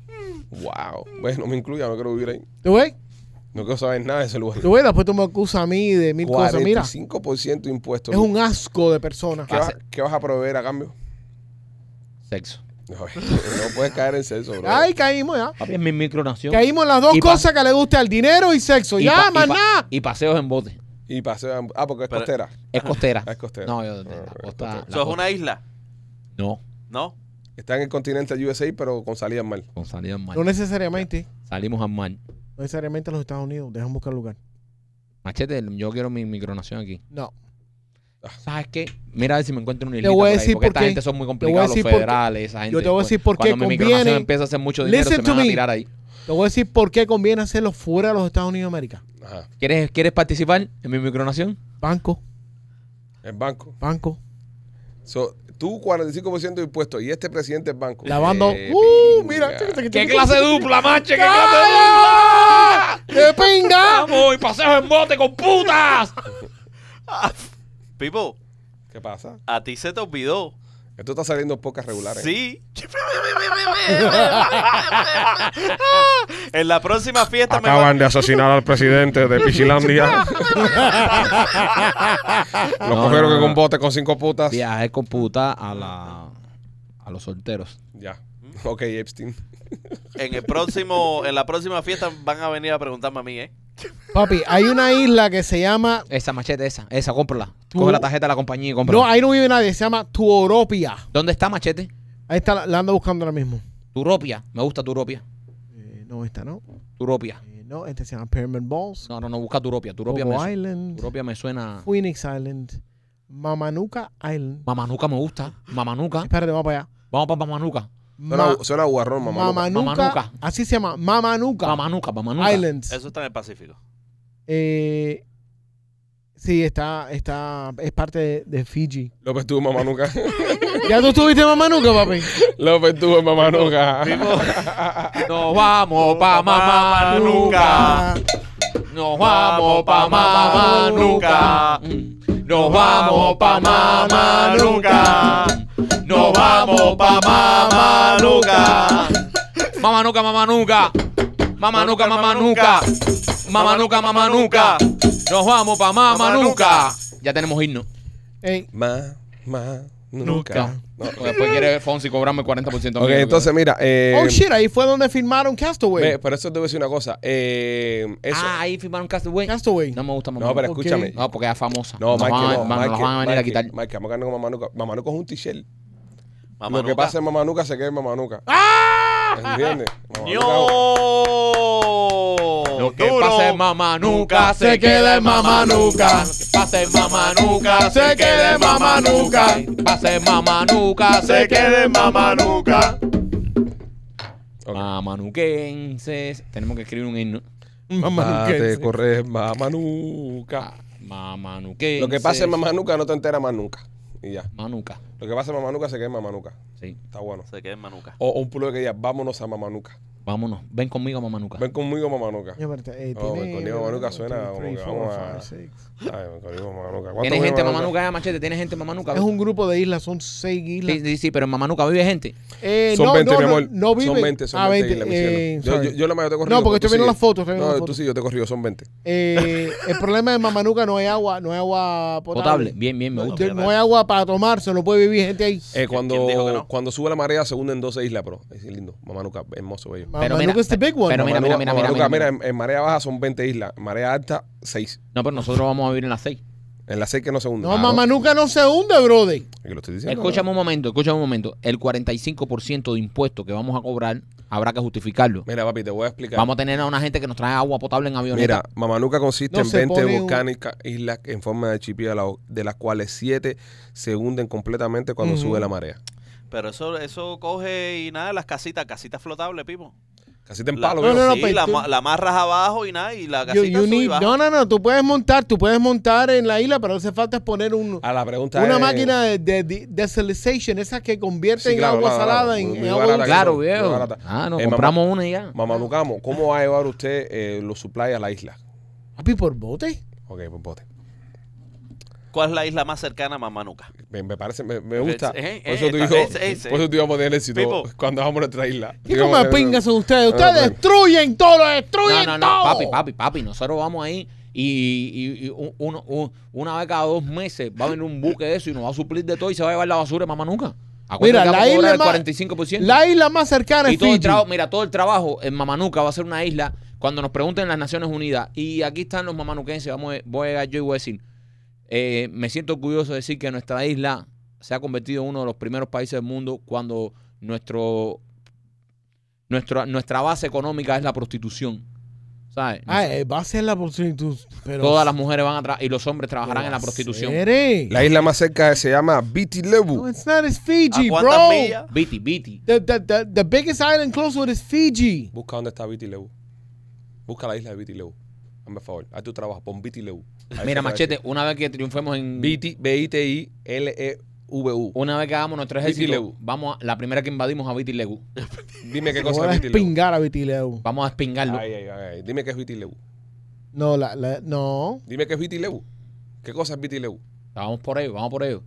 Speaker 1: Wow. Pues no me incluyas. No quiero vivir ahí.
Speaker 3: tú ves
Speaker 1: No quiero saber nada de ese lugar.
Speaker 3: tú ves después tú me acusas a mí de mil cosas mira
Speaker 1: 45% de impuestos.
Speaker 3: es un asco de persona
Speaker 1: ¿Qué, vas, qué vas a proveer a cambio?
Speaker 2: Sexo.
Speaker 1: No, no puedes caer en sexo, bro.
Speaker 3: ay caímos ya
Speaker 2: Papi, es mi micronación.
Speaker 3: caímos en las dos
Speaker 2: Y pa-
Speaker 3: cosas que le gusta el dinero y sexo
Speaker 2: Y
Speaker 3: ya
Speaker 2: pa- y
Speaker 3: más
Speaker 2: pa-
Speaker 3: nada
Speaker 2: Y paseos en bote.
Speaker 1: Y paseo. a- Ah, porque es
Speaker 4: Pero-
Speaker 1: costera.
Speaker 2: Es costera.
Speaker 1: Ah, es costera.
Speaker 2: No, yo.
Speaker 1: Ah,
Speaker 2: la
Speaker 1: es
Speaker 2: costa-
Speaker 1: costera.
Speaker 2: la
Speaker 4: Eso es
Speaker 2: costa-
Speaker 4: una isla,
Speaker 2: No,
Speaker 4: ¿no?
Speaker 1: Está en el continente USA, pero con salidas mal.
Speaker 2: con salida al mar.
Speaker 3: no necesariamente
Speaker 2: Salimos al mar.
Speaker 3: no necesariamente a los Estados Unidos dejan buscar lugar
Speaker 2: Machete, yo quiero mi micronación aquí.
Speaker 3: no
Speaker 2: ¿Sabes qué? Mira a ver si me encuentro una
Speaker 3: voy
Speaker 2: islita
Speaker 3: a
Speaker 2: por ahí,
Speaker 3: decir
Speaker 2: porque
Speaker 3: por
Speaker 2: esta
Speaker 3: qué.
Speaker 2: gente son muy
Speaker 3: voy a
Speaker 2: complicados, los
Speaker 3: decir por qué.
Speaker 2: federales, esa gente.
Speaker 3: Yo te voy a
Speaker 2: pues,
Speaker 3: decir por qué
Speaker 2: Cuando mi micronación
Speaker 3: conviene-
Speaker 2: empieza a hacer mucho dinero, se me
Speaker 3: Listen to
Speaker 2: van a
Speaker 3: me.
Speaker 2: tirar ahí.
Speaker 3: Te voy a decir por qué conviene hacerlo fuera de los Estados Unidos de América.
Speaker 1: Ajá.
Speaker 2: ¿Quieres, ¿Quieres participar en mi micronación?
Speaker 3: Banco,
Speaker 1: El banco.
Speaker 3: banco.
Speaker 1: So, tú 45% de impuestos y este presidente del banco.
Speaker 3: Lavando.
Speaker 1: Eh,
Speaker 3: ¡Uh!
Speaker 1: pinga.
Speaker 3: Mira.
Speaker 2: ¡Qué clase de dupla, macho! ¡Qué clase de dupla!
Speaker 3: ¡Ah! ¡Qué pinga!
Speaker 2: ¡Vamos! ¡Y paseo en bote con putas!
Speaker 4: Pipo,
Speaker 1: ¿Qué pasa?
Speaker 4: a ti se te olvidó.
Speaker 1: Esto está saliendo pocas regulares.
Speaker 4: Sí. en la próxima fiesta me va-
Speaker 1: de asesinar al presidente de Pichilandia. Los
Speaker 2: Ah. No,
Speaker 1: cogieron
Speaker 2: no,
Speaker 1: en
Speaker 2: no.
Speaker 1: un bote con cinco putas.
Speaker 2: Viaje con puta a la... A los solteros.
Speaker 1: Ya. Ok, Epstein.
Speaker 4: en el próximo, en la próxima fiesta van a venir a preguntarme a mí, ¿eh?
Speaker 3: Papi, hay una isla que se llama.
Speaker 2: Esa machete, esa. Esa, cómprala.
Speaker 3: Tú-
Speaker 2: Coge la tarjeta de la compañía y cómprala.
Speaker 3: No, ahí no vive nadie, se llama Tuoropia.
Speaker 2: ¿Dónde está machete?
Speaker 3: Ahí está, la- la ando buscando ahora mismo.
Speaker 2: Turopia. Me gusta Turopia.
Speaker 3: Eh, no, esta no.
Speaker 2: Turopia.
Speaker 3: Eh, no, este se llama Pyramid Balls.
Speaker 2: No, no, no. Busca Turopia. Turopia me,
Speaker 3: Coco
Speaker 2: su-
Speaker 3: Island.
Speaker 2: Turopia me suena...
Speaker 3: Phoenix Island. Mamanuca Island.
Speaker 2: Mamanuca me gusta. Mamanuca.
Speaker 3: Espérate, vamos para allá.
Speaker 2: Vamos para Mamanuca.
Speaker 1: Suena,
Speaker 3: Ma-
Speaker 1: suena guarrón, mamá.
Speaker 3: Mamanuca.
Speaker 2: Mamanuca.
Speaker 3: Así se llama. Mamanuca,
Speaker 2: Mamanuca, Mamanuca.
Speaker 3: Islands.
Speaker 4: Eso está en el Pacífico.
Speaker 3: Eh, sí, está, está, es parte de, de Fiji.
Speaker 1: López tuvo mamá nunca.
Speaker 3: ¿Ya tú estuviste en Mamanuca, papi?
Speaker 1: López tuvo mamá nunca.
Speaker 2: Nos vamos pa' Mamanuca. Nos vamos pa' Mamanuca. Nos vamos pa' Mamanuca. Nos vamos pa' Mamanuca. Mamanuca, Mamanuca. Mamanuca, Mamanuca. Mamanuca, Mamanuca. Nos vamos pa' Mamanuca. Ya tenemos himno.
Speaker 3: Ey,
Speaker 1: Mamá nunca. No.
Speaker 2: Después quiere Fonsi cobrarme el 40%.
Speaker 1: Ok, entonces mira. Eh,
Speaker 3: oh shit, ahí fue donde firmaron Castaway.
Speaker 1: ve, pero eso te voy a decir una cosa. Eh, eso.
Speaker 2: Ah, ahí firmaron Castaway.
Speaker 3: Castaway.
Speaker 2: No me gusta
Speaker 1: no,
Speaker 2: Mamanuca.
Speaker 1: pero
Speaker 3: ok.
Speaker 1: escúchame.
Speaker 2: No, porque es famosa.
Speaker 1: No,
Speaker 2: Nos
Speaker 1: Mike,
Speaker 2: van a-
Speaker 1: no,
Speaker 2: van- nos
Speaker 1: Mike,
Speaker 2: van a venir a
Speaker 1: Mike,
Speaker 2: quitar.
Speaker 1: Mike, vamos a ganar con Mamanuca. Mamanuca es un t-shirt.
Speaker 4: Mamá
Speaker 1: Lo que
Speaker 4: Nuca.
Speaker 1: pasa en Mamanuca se queda en Mamanuca.
Speaker 3: ¡Ah!
Speaker 1: ¿Entiendes? Mamanuca-
Speaker 4: ¡Dios!
Speaker 2: Lo que pasa en Mamanuca se queda en Mamanuca. Lo que pasa en Mamanuca se queda en Mamanuca. Lo que Pasa en Mamanuca se queda en Mamanuca.
Speaker 1: Ok.
Speaker 2: Mamanuquenses. Tenemos que escribir un himno.
Speaker 1: Mate,
Speaker 3: Mamanuquense.
Speaker 1: corre, Mamanuca.
Speaker 2: Mamanuquenses.
Speaker 1: Lo que pasa en Mamanuca no te entera más nunca. Y ya.
Speaker 2: Mamanuca.
Speaker 1: Lo que pasa en Mamanuca se queda en Mamanuca.
Speaker 2: Sí.
Speaker 1: Está bueno.
Speaker 4: Se queda en Manuca.
Speaker 1: O, o un pulo que diga, vámonos a Mamanuca.
Speaker 2: Vámonos. Ven conmigo a Mamanuca.
Speaker 1: Ven conmigo, Mamanuca.
Speaker 3: Ya, espérate, eh,
Speaker 1: No,
Speaker 3: tiene-
Speaker 1: con Diego Mamanuca suena como que
Speaker 3: Three, four,
Speaker 1: vamos a-
Speaker 3: five, six.
Speaker 1: Ay, ven conmigo, Mamanuca. ¿Cuánto
Speaker 2: Tiene
Speaker 1: vive
Speaker 2: gente en Mamanuca ya, machete. Tiene gente en Mamanuca.
Speaker 3: Es un grupo de islas, son seis
Speaker 2: Sí,
Speaker 3: islas.
Speaker 2: sí, sí, pero en Mamanuca vive gente.
Speaker 3: Eh,
Speaker 1: Son
Speaker 3: no,
Speaker 1: 20,
Speaker 3: no,
Speaker 1: mi
Speaker 3: no,
Speaker 1: amor.
Speaker 3: No viven.
Speaker 1: Son 20, son
Speaker 3: Ah,
Speaker 1: 20. islas,
Speaker 3: 20.
Speaker 1: mi cielo.
Speaker 3: eh,
Speaker 1: yo,
Speaker 3: sorry.
Speaker 1: yo, yo la mayor te he corrido.
Speaker 3: No, porque
Speaker 1: tú
Speaker 3: estoy viendo
Speaker 1: sigue.
Speaker 3: las fotos, estoy viendo
Speaker 1: pues, No,
Speaker 3: las
Speaker 1: tú
Speaker 3: fotos.
Speaker 1: sí, yo te he corrido, son 20.
Speaker 3: Eh, el problema de Mamanuca no hay agua, no hay agua
Speaker 2: Potable.
Speaker 3: potable.
Speaker 2: Bien, bien, me
Speaker 3: No,
Speaker 2: gusta.
Speaker 3: no hay agua para tomar, se lo puede vivir gente ahí.
Speaker 1: Eh, cuando,
Speaker 4: dijo que no?
Speaker 1: cuando sube la marea se hunden 12 islas, pero es lindo. Mamanuca, hermoso, bello.
Speaker 2: Pero
Speaker 3: Mamanuca
Speaker 2: mira,
Speaker 3: es the big one.
Speaker 2: pero mira, mira, mira, mira,
Speaker 1: Mamanuca,
Speaker 2: mira.
Speaker 1: mira, en, en marea baja son 20 islas, en marea alta 6.
Speaker 2: No, pero nosotros vamos a vivir en las seis.
Speaker 1: En la 6 que no se hunde.
Speaker 3: no, Mamanuca no se hunde, brother.
Speaker 1: Que lo estoy diciendo.
Speaker 2: Escúchame un momento, escúchame un momento. El 45% de impuestos que vamos a cobrar habrá que justificarlo.
Speaker 1: Mira, papi, te voy a explicar.
Speaker 2: Vamos a tener a una gente que nos trae agua potable en
Speaker 1: Mira,
Speaker 2: avioneta.
Speaker 1: Mamanuca consiste
Speaker 3: No
Speaker 1: en
Speaker 3: se
Speaker 1: 20
Speaker 3: pone un-
Speaker 1: volcánicas islas en forma de archipiélago, de las cuales 7 se hunden completamente cuando
Speaker 3: Ujú.
Speaker 1: sube la marea.
Speaker 4: Pero eso, eso coge y nada, las casitas, casitas flotables, Pipo.
Speaker 1: Casi te
Speaker 4: La,
Speaker 1: empalo,
Speaker 3: No,
Speaker 1: viejo.
Speaker 3: no, no,
Speaker 4: sí,
Speaker 3: pero
Speaker 4: la,
Speaker 3: tú-
Speaker 4: ma- la amarras abajo y nada, y la
Speaker 3: You-
Speaker 4: casita
Speaker 3: you
Speaker 4: sube y
Speaker 3: need-
Speaker 4: baja.
Speaker 3: no, no, no, tú puedes montar, tú puedes montar en la isla, pero hace falta poner un,
Speaker 1: A la pregunta
Speaker 3: una
Speaker 1: es-
Speaker 3: máquina de, de, de desalinization, esas que convierten
Speaker 1: Sí, claro,
Speaker 3: agua
Speaker 1: claro,
Speaker 3: salada
Speaker 1: claro,
Speaker 3: en,
Speaker 1: muy-
Speaker 3: en
Speaker 1: muy
Speaker 3: agua
Speaker 1: barata
Speaker 3: dulce.
Speaker 1: que-
Speaker 2: claro,
Speaker 1: muy
Speaker 2: viejo.
Speaker 1: barata.
Speaker 2: Ah, nos
Speaker 1: Eh,
Speaker 2: compramos una y ya.
Speaker 1: Mamanucamo, ¿cómo va a llevar usted eh, los supplies a la isla?
Speaker 3: Papi, por bote.
Speaker 1: Ok, pues bote.
Speaker 4: ¿Cuál es la isla más cercana a Mamanuca?
Speaker 1: Me, me parece, me, me gusta.
Speaker 4: Eh, eh,
Speaker 1: por eso te
Speaker 4: eh,
Speaker 1: digo,
Speaker 4: eh, eh, eh.
Speaker 1: por eso te íbamos a tener éxito
Speaker 4: Pipo.
Speaker 1: cuando vamos a nuestra isla. Te
Speaker 3: ¿Qué
Speaker 1: íbamos a
Speaker 3: como
Speaker 1: tener-
Speaker 3: pingas son ustedes?
Speaker 1: eh, No, no,
Speaker 3: Ustedes
Speaker 1: no.
Speaker 3: destruyen todo, lo
Speaker 2: No,
Speaker 3: destruyen
Speaker 2: no, no,
Speaker 3: todo.
Speaker 2: papi, papi, papi. Nosotros vamos ahí y, y- y un- uno- un- una vez cada dos meses va a venir un buque de eso y nos va a suplir de todo y se va a llevar la basura de Mamanuca.
Speaker 3: Mira,
Speaker 2: Acuérdate que
Speaker 3: la
Speaker 2: vamos a cobrar
Speaker 3: isla más-
Speaker 2: el 45%.
Speaker 3: La isla más cercana
Speaker 2: Y
Speaker 3: es
Speaker 2: todo el
Speaker 3: Fiji.
Speaker 2: trabajo, mira, todo el trabajo en Mamanuca va a ser una isla. Cuando nos pregunten en las Naciones Unidas, y aquí están los mamanuquenses, vamos, a- voy a llegar yo y voy a decir, eh, me siento orgulloso de decir que nuestra isla se ha convertido en uno de los primeros países del mundo cuando nuestro, nuestro nuestra base económica es la prostitución. ¿Sabes?
Speaker 3: Ah, eh, va a ser la prostitución. Pero
Speaker 2: Todas las mujeres van a tra- y los hombres trabajarán en la prostitución.
Speaker 3: Eres.
Speaker 1: La isla más cerca se llama Viti
Speaker 3: No,
Speaker 1: Levu.
Speaker 3: it's not. It's
Speaker 4: ¿A
Speaker 3: Fiji,
Speaker 4: cuántas
Speaker 3: bro.
Speaker 4: millas?
Speaker 2: Viti, Viti.
Speaker 3: The, the, the, the biggest island close to it is Fiji.
Speaker 1: Busca dónde está Viti Levu. Busca la isla de Viti Levu. Hazme favor, haz tu trabajo, pon Viti Levu. Ahí
Speaker 2: Mira,
Speaker 1: se te va a
Speaker 2: machete, una vez que triunfemos en.
Speaker 1: decir. Viti, E B-I-T-I-L-E-V-U.
Speaker 2: Una vez que hagamos nuestro ejército,
Speaker 1: Vitilegu.
Speaker 2: vamos a, la primera que invadimos a Viti Legu.
Speaker 1: Dime qué
Speaker 3: Voy
Speaker 1: cosa
Speaker 3: a
Speaker 1: es Viti Levu.
Speaker 3: espingar a Vitileu.
Speaker 2: Vamos a espingarlo.
Speaker 1: E Ay, ay, ay, ay. Dime qué es Viti Levu.
Speaker 3: No, la, la, no.
Speaker 1: E Dime qué es Viti Levu. E ¿Qué cosa es Viti Levu?
Speaker 2: Vamos por ello, vamos por ello.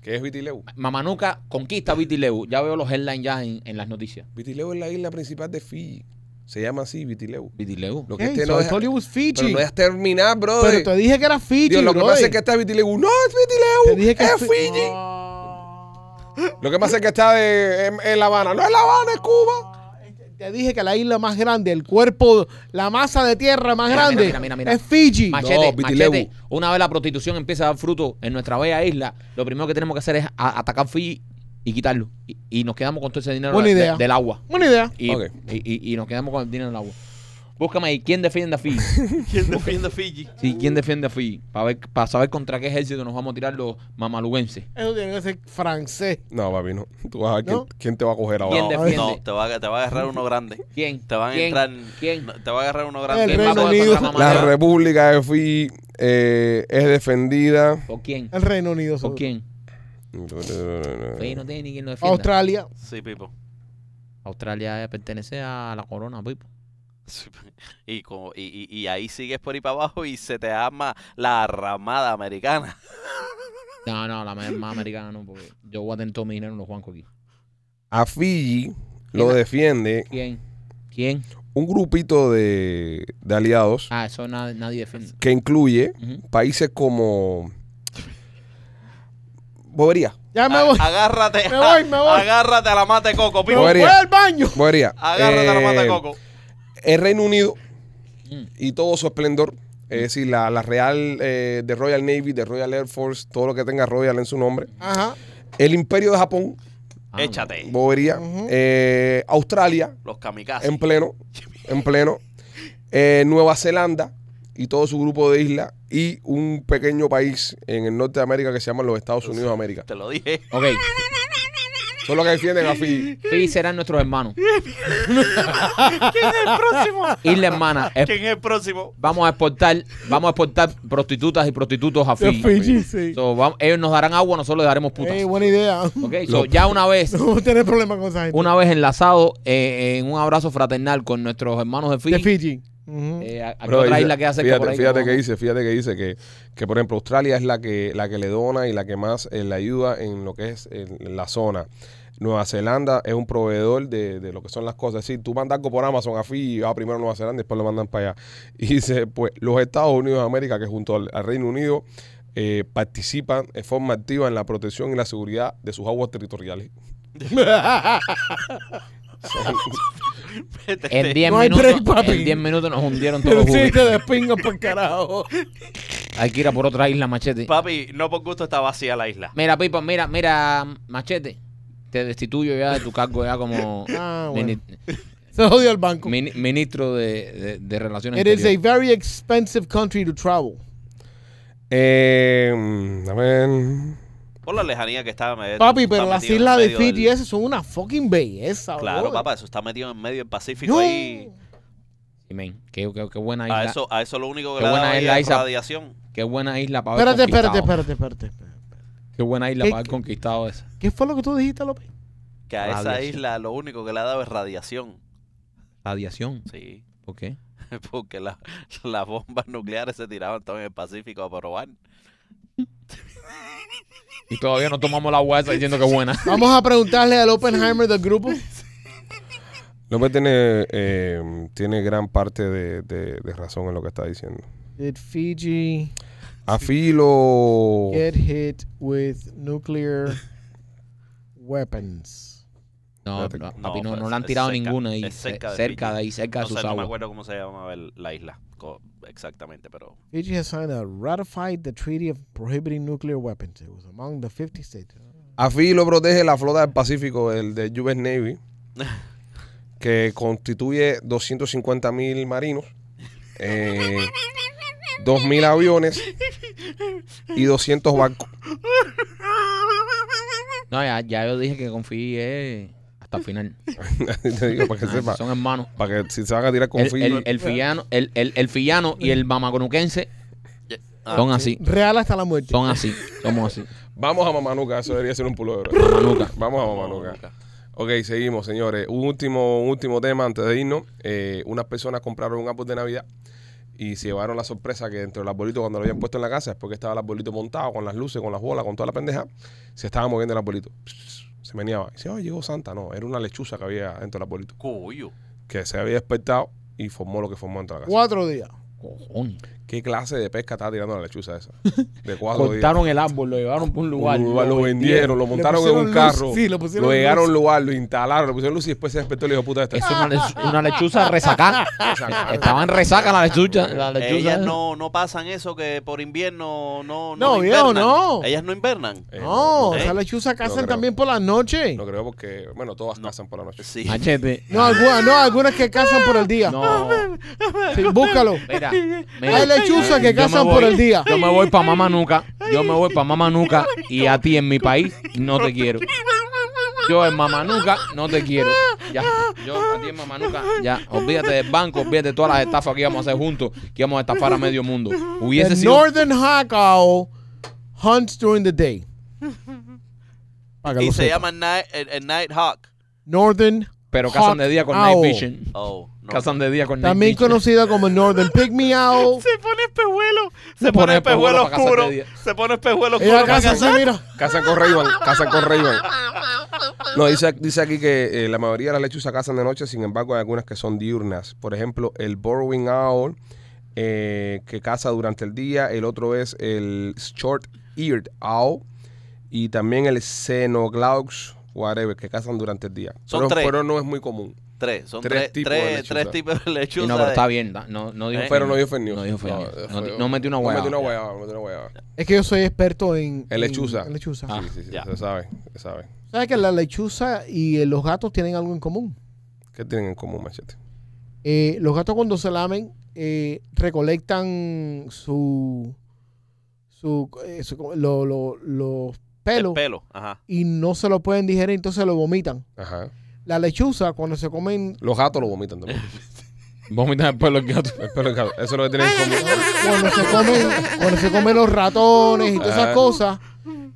Speaker 1: E ¿Qué es Viti Levu?
Speaker 2: Mamanuca conquista Viti Legu. Ya veo los headlines ya en, en las noticias.
Speaker 1: Viti Levu E es la isla principal de Fiji. Se llama así, Viti Levu.
Speaker 2: Viti Legu.
Speaker 1: E Lo que
Speaker 3: Hey,
Speaker 1: este
Speaker 3: so
Speaker 1: no
Speaker 3: I
Speaker 1: deja-
Speaker 3: told you it was
Speaker 1: Pero
Speaker 3: Fiji.
Speaker 1: no dejas terminar, brother.
Speaker 3: Pero te dije que era Fiji,
Speaker 1: Digo, lo que
Speaker 3: brother.
Speaker 1: pasa es que está Vitileu. E No, es
Speaker 3: Te
Speaker 1: Vitileu.
Speaker 3: dije que
Speaker 2: ¡Eh,
Speaker 1: es
Speaker 3: fi-
Speaker 1: Fiji. Lo que pasa es que está de, en, en La Habana. No es La Habana, es Cuba.
Speaker 3: Te dije que la isla más grande, el cuerpo, la masa de tierra más
Speaker 2: Mira, mira,
Speaker 3: grande
Speaker 2: mira, mira, mira.
Speaker 3: es Fiji.
Speaker 2: Machete,
Speaker 1: No, Viti
Speaker 2: machete.
Speaker 1: Levu.
Speaker 2: Una vez la prostitución empieza a dar fruto en nuestra bella isla, lo primero que tenemos que hacer es a- atacar Fiji y quitarlo. Y, y nos quedamos con todo ese dinero
Speaker 3: Buena
Speaker 2: de-
Speaker 3: idea.
Speaker 2: del agua.
Speaker 3: Buena idea.
Speaker 2: Y,
Speaker 1: Ok.
Speaker 2: y- y- y nos quedamos con el dinero del agua. Búscame ahí, ¿quién defiende a Fiji?
Speaker 4: ¿Quién defiende Fiji?
Speaker 2: Sí, ¿quién defiende a Fiji? Para ver, para saber contra qué ejército nos vamos a tirar los mamaluenses.
Speaker 3: Eso tiene que ser francés.
Speaker 1: No, papi, no. Tú vas a ver quién,
Speaker 3: ¿No?
Speaker 1: quién te va a coger ahora.
Speaker 2: ¿Quién
Speaker 4: No,
Speaker 2: defiende?
Speaker 4: no, te va, a, te va a agarrar uno grande.
Speaker 2: ¿Quién?
Speaker 4: Te van a
Speaker 2: ¿Quién?
Speaker 4: entrar.
Speaker 2: ¿Quién?
Speaker 4: no, te va a agarrar uno
Speaker 3: El
Speaker 4: grande.
Speaker 2: ¿Quién va a
Speaker 3: Reino
Speaker 2: poder
Speaker 3: Unido.
Speaker 2: contra
Speaker 1: La
Speaker 2: Mamadera?
Speaker 1: República de Fiji eh, es defendida.
Speaker 2: ¿Por quién?
Speaker 3: El Reino Unido.
Speaker 2: ¿Por
Speaker 3: sobre-
Speaker 2: quién? Fiji no tiene ni quien lo
Speaker 3: Ah,
Speaker 2: defienda.
Speaker 3: Australia.
Speaker 4: Sí, Pipo.
Speaker 2: Australia pertenece a la corona, pues, Pipo.
Speaker 4: Sí, Y, como, y, y- y ahí sigues por ahí para abajo y se te arma la ramada americana.
Speaker 2: No, no, la más más americana no, porque yo voy a tener todo mi dinero en los bancos aquí.
Speaker 1: A Fiji lo defiende
Speaker 2: ¿Quién? ¿Quién?
Speaker 1: un grupito de, de aliados
Speaker 2: Ah, eso na- nadie defiende.
Speaker 1: que incluye
Speaker 2: Ujú.
Speaker 1: países como. Bobería.
Speaker 3: Ya me
Speaker 2: Ah,
Speaker 4: A-
Speaker 3: voy.
Speaker 4: Agárrate.
Speaker 3: Me voy, me voy.
Speaker 4: Agárrate a la mata de coco,
Speaker 3: Me
Speaker 4: Pipo.
Speaker 1: Voy.
Speaker 3: voy al baño.
Speaker 1: Bobería. Eh,
Speaker 4: Agárrate a la mata de coco.
Speaker 1: el Reino Unido
Speaker 2: Mm.
Speaker 1: y todo su esplendor, es decir, la, la Real, eh, de Royal Navy, de Royal Air Force, todo lo que tenga Royal en su nombre,
Speaker 3: Ajá.
Speaker 1: el Imperio de Japón,
Speaker 2: Ah,
Speaker 4: Échate.
Speaker 1: bobería,
Speaker 3: Ujú.
Speaker 1: eh, Australia,
Speaker 4: Los kamikazes.
Speaker 1: en pleno, en pleno, eh, Nueva Zelanda y todo su grupo de islas y un pequeño país en el norte de América que se llama los Estados Unidos de América.
Speaker 4: Te lo dije.
Speaker 2: no. Ok,
Speaker 1: Son los que defienden a Fiji.
Speaker 2: Fiji serán nuestros hermanos. ¿Quién es el
Speaker 1: Eh.
Speaker 2: próximo? Isla hermana. Es-
Speaker 4: ¿Quién es el próximo?
Speaker 2: Vamos a exportar, vamos a exportar prostitutas y prostitutos a
Speaker 3: De
Speaker 2: Fiji.
Speaker 3: Fiji, sí.
Speaker 2: So, vamos- ellos nos darán agua, nosotros les daremos putas.
Speaker 3: Ey, buena idea.
Speaker 2: Ok, so, ya una vez,
Speaker 3: No tener problema con esa gente.
Speaker 2: una vez enlazado eh, en un abrazo fraternal con nuestros hermanos de Fiji.
Speaker 3: De Fiji. Ujú.
Speaker 2: eh, ¿a- a qué
Speaker 1: Bro,
Speaker 2: otra
Speaker 1: dice-
Speaker 2: isla queda cerca
Speaker 1: fíjate,
Speaker 2: por ahí?
Speaker 1: fíjate
Speaker 2: no?
Speaker 1: que dice, fíjate que dice que, que, por ejemplo Australia es la que la que le dona y la que más eh, le ayuda en lo que es en la zona. Nueva Zelanda es un proveedor de, de lo que son las cosas. Es decir, tú mandas algo por Amazon a Fiji, va primero a Nueva Zelanda y después lo mandan para allá. Y dice, pues los Estados Unidos de América, que junto al, al Reino Unido, eh, participan de forma activa en la protección y la seguridad de sus aguas territoriales.
Speaker 4: Este,
Speaker 2: En 10
Speaker 3: No hay
Speaker 2: minutos,
Speaker 3: break, papi.
Speaker 2: en 10 minutos nos hundieron todos
Speaker 3: Pero
Speaker 2: los
Speaker 3: sí,
Speaker 2: Uber.
Speaker 3: te despingo por carajo.
Speaker 2: Hay que ir a por otra isla, machete.
Speaker 4: Papi, no por gusto está vacía la isla.
Speaker 2: Mira, Pipa, mira, mira, machete. Te destituyo ya de tu cargo ya como
Speaker 3: Ah,
Speaker 2: mini-
Speaker 3: Se jodió el banco.
Speaker 2: mini- ministro de, de- de Relaciones
Speaker 3: It is a
Speaker 2: Exteriores.
Speaker 3: very expensive country to travel.
Speaker 1: Eh, mm, a ver.
Speaker 4: Por la lejanía que está. me-
Speaker 3: Papi,
Speaker 4: está
Speaker 3: pero las
Speaker 4: metido en
Speaker 3: islas de
Speaker 4: medio del-
Speaker 3: Fiji esas son una fucking belleza,
Speaker 4: Claro,
Speaker 3: brother.
Speaker 4: papá, eso está metido en medio del Pacífico
Speaker 3: No.
Speaker 4: ahí.
Speaker 2: Amén. Qué, qué- qué buena isla.
Speaker 4: A eso, a eso lo único que
Speaker 2: Qué
Speaker 4: le
Speaker 2: buena
Speaker 4: da
Speaker 2: isla
Speaker 4: ahí es
Speaker 2: esa.
Speaker 4: radiación.
Speaker 2: Qué buena isla para
Speaker 3: Espérate,
Speaker 2: haber
Speaker 3: espérate,
Speaker 2: conquistado.
Speaker 3: espérate, espérate, espérate.
Speaker 2: Qué buena isla
Speaker 3: ¿Qué-
Speaker 2: para haber conquistado esa.
Speaker 3: ¿Qué fue lo que tú dijiste, López?
Speaker 4: Que a esa
Speaker 2: Radiación.
Speaker 4: isla lo único que le ha dado es radiación.
Speaker 2: Radiación.
Speaker 4: Sí.
Speaker 2: ¿Por qué?
Speaker 4: Porque la- las bombas nucleares se tiraban todo en el Pacífico a probar.
Speaker 2: Y todavía no tomamos la agua esa diciendo que es buena.
Speaker 3: Vamos a preguntarle al Oppenheimer del grupo.
Speaker 1: López pues, tiene, eh, tiene gran parte de, de- de razón en lo que está diciendo.
Speaker 3: Did Fiji
Speaker 1: A Fiji lo-
Speaker 4: Oh.
Speaker 3: get hit with nuclear weapons?
Speaker 2: No,
Speaker 1: Espérate.
Speaker 2: no, papi, no,
Speaker 4: pues,
Speaker 2: no le han
Speaker 4: es
Speaker 2: tirado
Speaker 4: cerca,
Speaker 2: ninguna ahí.
Speaker 4: es cerca
Speaker 2: Cerca,
Speaker 4: de
Speaker 2: de
Speaker 4: Fiji.
Speaker 2: ahí, cerca
Speaker 4: No
Speaker 2: de sus
Speaker 4: sé, no me
Speaker 2: aguas.
Speaker 4: acuerdo cómo se llamaba el- la isla co- exactamente, pero
Speaker 3: Fiji has signed a ratified the treaty of prohibiting nuclear weapons. It was among the 50 states.
Speaker 1: A Fiji lo protege la flota del Pacífico, el de US Navy, que constituye 250 mil marinos eh, 2.000 aviones y 200 barcos.
Speaker 2: No, ya, ya yo dije que confíe eh, hasta el final.
Speaker 1: Te digo, para que
Speaker 2: Ah,
Speaker 1: sepa,
Speaker 2: son hermanos.
Speaker 1: para que si se van a tirar con
Speaker 2: El,
Speaker 1: fil-
Speaker 2: el, el fillano, el, el, el fillano y el mamaconuquense
Speaker 4: Ah,
Speaker 2: son así.
Speaker 3: Real hasta la muerte.
Speaker 2: Son así. Somos así.
Speaker 1: Vamos a Mamanuca, eso debería ser un pullover.
Speaker 2: Mamanuca.
Speaker 1: Vamos a Mamanuca. Ok, seguimos, señores. Un último, un último tema antes de irnos. Eh, unas personas compraron un árbol de Navidad y se llevaron la sorpresa que dentro del arbolito, cuando lo habían puesto en la casa, después que estaba el arbolito montado, con las luces, con las bolas, con toda la pendeja, se estaba moviendo el arbolito. Pss, Se meneaba. Y dice, oh, llegó Santa. No, era una lechuza que había dentro del arbolito,
Speaker 4: Coyo.
Speaker 1: que se había despertado y formó lo que formó dentro de la casa.
Speaker 3: Cuatro días.
Speaker 2: Cojones.
Speaker 1: ¿Qué clase de pesca estaba tirando la lechuza esa? De cuatro días.
Speaker 2: Cortaron el árbol, lo llevaron por un lugar.
Speaker 1: Un lugar, lo vendieron, lo montaron en un
Speaker 3: pusieron luz.
Speaker 1: carro,
Speaker 3: Sí,
Speaker 1: lo,
Speaker 3: lo pusieron
Speaker 1: llegaron a un
Speaker 3: luz.
Speaker 1: lugar, lo instalaron, lo pusieron luz y después se despertó y le dijo, puta, esta
Speaker 2: Eso es una, lech- una lechuza resacada. Estaban resaca la lechuza. La lechuza
Speaker 4: Ellas
Speaker 2: esa.
Speaker 4: no, no pasan eso que por invierno no, no,
Speaker 3: No, viejo,
Speaker 4: invernan.
Speaker 3: no.
Speaker 4: Ellas no invernan.
Speaker 1: Eh,
Speaker 3: no,
Speaker 4: no,
Speaker 3: esas
Speaker 4: eh.
Speaker 3: lechuzas cazan
Speaker 1: creo.
Speaker 3: también por las noches.
Speaker 1: No creo porque, bueno, todas cazan por la noche.
Speaker 4: Sí.
Speaker 2: Machete.
Speaker 3: No, algunas, no, algunas que cazan por el día.
Speaker 2: No.
Speaker 3: Sí, búscalo.
Speaker 2: Mira, mira.
Speaker 3: Hay lechuzas que
Speaker 2: Yo me
Speaker 3: cazan
Speaker 2: voy.
Speaker 3: por el día.
Speaker 2: Yo me voy para Mamanuca. Yo me voy para Mamanuca. Y a ti en mi país no te quiero. Yo en Mamanuca no te quiero. Ya. Yo a ti en Mamanuca. Ya. Olvídate del banco. Olvídate de todas las estafas que íbamos a hacer juntos. Que íbamos a estafar a medio mundo. Hubiese
Speaker 3: The
Speaker 2: sido.
Speaker 3: Northern Hawk Owl hunts during the day. Para que
Speaker 4: Y
Speaker 3: lo
Speaker 4: se
Speaker 3: sepa.
Speaker 4: llaman night, el, el Nighthawk.
Speaker 3: Northern
Speaker 2: Pero cazan
Speaker 3: Hawk
Speaker 2: de día con night
Speaker 3: Owl.
Speaker 2: vision.
Speaker 4: Oh, no.
Speaker 2: Cazan de día con night
Speaker 3: También
Speaker 2: vision.
Speaker 3: conocida como Northern Pygmy Owl.
Speaker 5: Se pone espejuelo. Se
Speaker 2: Se
Speaker 5: pone,
Speaker 2: pone
Speaker 5: espejuelo
Speaker 2: espejuelo para
Speaker 5: oscuro.
Speaker 2: cazarte de día.
Speaker 5: Se pone espejuelo oscuro.
Speaker 3: Ella
Speaker 5: para
Speaker 3: caza así,
Speaker 5: cazar.
Speaker 3: mira.
Speaker 1: Cazan con Ray-Ban, cazan con Ray-Ban. No, dice, dice aquí que eh, la mayoría de las lechuzas cazan de noche, sin embargo, hay algunas que son diurnas. Por ejemplo, el Borrowing Owl, eh, que caza durante el día. El otro es el Short-Eared Owl. Y también el Xenoglaux, whatever, que cazan durante el día.
Speaker 4: Son
Speaker 1: pero,
Speaker 4: tres.
Speaker 1: pero no es muy común.
Speaker 4: Tres. Son
Speaker 1: Tres
Speaker 4: tres,
Speaker 1: tipos
Speaker 4: tipos
Speaker 1: de
Speaker 4: tres,
Speaker 1: lechuza.
Speaker 4: tres tipos de
Speaker 2: Y
Speaker 4: lechuza.
Speaker 2: no, pero
Speaker 4: de-
Speaker 2: está bien. da- No, no dijo
Speaker 4: Eh.
Speaker 1: Pero
Speaker 2: fake
Speaker 1: no dio
Speaker 2: news.
Speaker 1: fake news.
Speaker 2: No dijo fake news.
Speaker 1: eh,
Speaker 2: No
Speaker 1: fue-
Speaker 2: di- no metió una
Speaker 1: No
Speaker 2: hueá.
Speaker 1: metió una hueá, no metió una hueá.
Speaker 3: Es que yo soy experto en...
Speaker 1: En lechuza.
Speaker 3: en lechuza.
Speaker 2: Ah.
Speaker 1: Sí, sí, sí,
Speaker 4: ya.
Speaker 1: se sabe, se sabe.
Speaker 3: ¿Sabes que la lechuza y eh, los gatos tienen algo en común?
Speaker 1: ¿Qué tienen en común, Machete?
Speaker 3: Eh, los gatos cuando se lamen eh, recolectan su... su, eh, su- lo- lo- los
Speaker 4: El
Speaker 3: pelos
Speaker 4: pelo. Ajá.
Speaker 3: y no se lo pueden digerir, entonces lo vomitan.
Speaker 1: Ajá.
Speaker 3: La lechuza cuando se comen...
Speaker 1: Los gatos lo vomitan también.
Speaker 2: Vomitar después los gatos.
Speaker 1: El pelo del gato. Eso es lo que tienen en común.
Speaker 3: Cuando se comen, cuando se comen los ratones y todas
Speaker 1: Ah.
Speaker 3: esas cosas,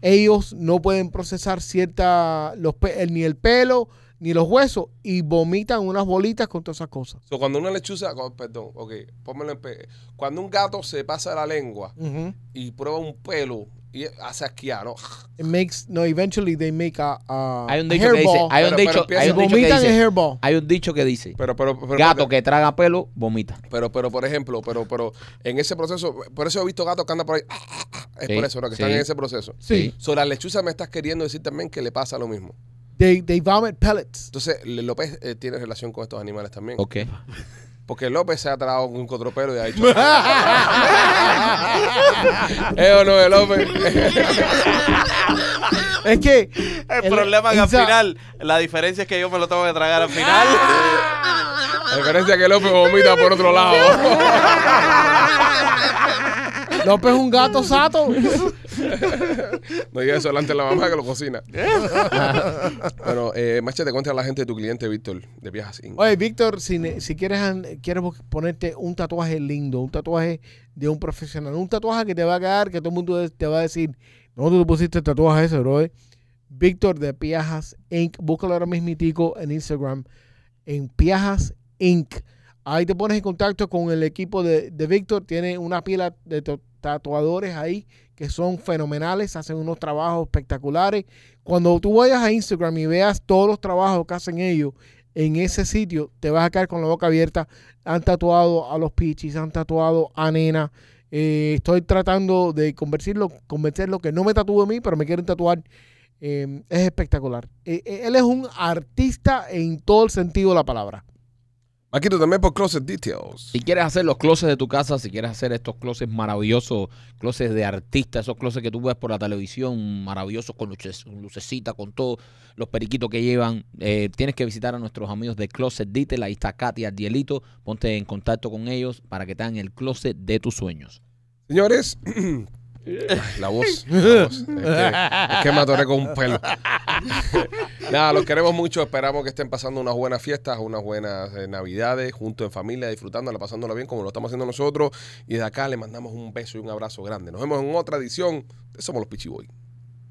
Speaker 3: ellos no pueden procesar cierta... Los, pe- el- ni el pelo ni los huesos y vomitan unas bolitas con todas esas cosas.
Speaker 1: So, cuando una lechuza, cu- perdón, ok, pónmelo en pe- Cuando un gato se pasa la lengua
Speaker 3: Ujú.
Speaker 1: y prueba un pelo y hace asquear, ¿no?
Speaker 3: It makes no eventually they make a, a
Speaker 2: Hay un
Speaker 3: a
Speaker 2: dicho que dice.
Speaker 3: hairball.
Speaker 2: Hay un
Speaker 1: Pero- pero empieza-
Speaker 2: dicho, hay un dicho que
Speaker 3: vomitan el
Speaker 2: dice.
Speaker 3: tá hairball.
Speaker 2: Hay un dicho que dice.
Speaker 1: Pero, pero, pero,
Speaker 2: Gato que traga pelo, vomita.
Speaker 1: pero, pero, por ejemplo, pero, pero, en ese proceso, por eso he visto gatos que andan por ahí. ah, ah, ah, Es
Speaker 2: Sí,
Speaker 1: por eso, ¿no? Que
Speaker 2: sí.
Speaker 1: están en ese proceso.
Speaker 3: Sí.
Speaker 1: Sobre las lechuzas me estás queriendo decir también que le pasa lo mismo.
Speaker 3: They, they vomit pellets.
Speaker 1: Entonces, Le- López eh, tiene relación con estos animales también.
Speaker 2: Ok.
Speaker 1: Porque López se ha tragado un cotropero y ha dicho. ¿Eh o no, eh, López?
Speaker 3: Es É que
Speaker 4: El,
Speaker 3: El-
Speaker 4: problema es que al
Speaker 3: esa-
Speaker 4: final, la diferencia es que yo me lo tengo que tragar al final.
Speaker 1: La diferencia es que López vomita por otro lado.
Speaker 3: López es un gato sato.
Speaker 1: No digas eso delante de la mamá que lo cocina. Bueno, eh, Machete, cuenta a la gente de tu cliente, Víctor, de Viajas Inc.
Speaker 3: Oye, Víctor, si, ne- si quieres, an- quieres bu- ponerte un tatuaje lindo, un tatuaje de un profesional, un tatuaje que te va a quedar, que todo el mundo de- te va a decir, no, tú te pusiste el tatuaje ese, bro. Víctor de Piajas Inc. Búscalo ahora mismitico en Instagram, en Piajas Inc. Ahí te pones en contacto con el equipo de, de Víctor. Tiene una pila de to- tatuadores ahí que son fenomenales, hacen unos trabajos espectaculares. Cuando tú vayas a Instagram y veas todos los trabajos que hacen ellos, en ese sitio te vas a quedar con la boca abierta. Han tatuado a los pichis, han tatuado a nena. Eh, estoy tratando de convencerlo, convencerlo que no me tatúe a mí, pero me quieren tatuar. Eh, es espectacular. Eh, eh, él es un artista en todo el sentido de la palabra.
Speaker 1: Maquito, también por Closet Details.
Speaker 2: Si quieres hacer los closets de tu casa, si quieres hacer estos closets maravillosos, closets de artistas, esos closets que tú ves por la televisión, maravillosos con luces, con lucecita, con todos los periquitos que llevan, eh, tienes que visitar a nuestros amigos de Closet Detail. Ahí está Katia Dielito. Ponte en contacto con ellos para que te hagan el closet de tus sueños.
Speaker 1: Señores, la voz. la voz. Es, que, es que me atoré con un pelo. Nada, los queremos mucho. Esperamos que estén pasando unas buenas fiestas, unas buenas eh, navidades, juntos en familia, disfrutándola, pasándola bien como lo estamos haciendo nosotros. Y de acá le mandamos un beso y un abrazo grande. Nos vemos en otra edición. de Somos los Pichiboy.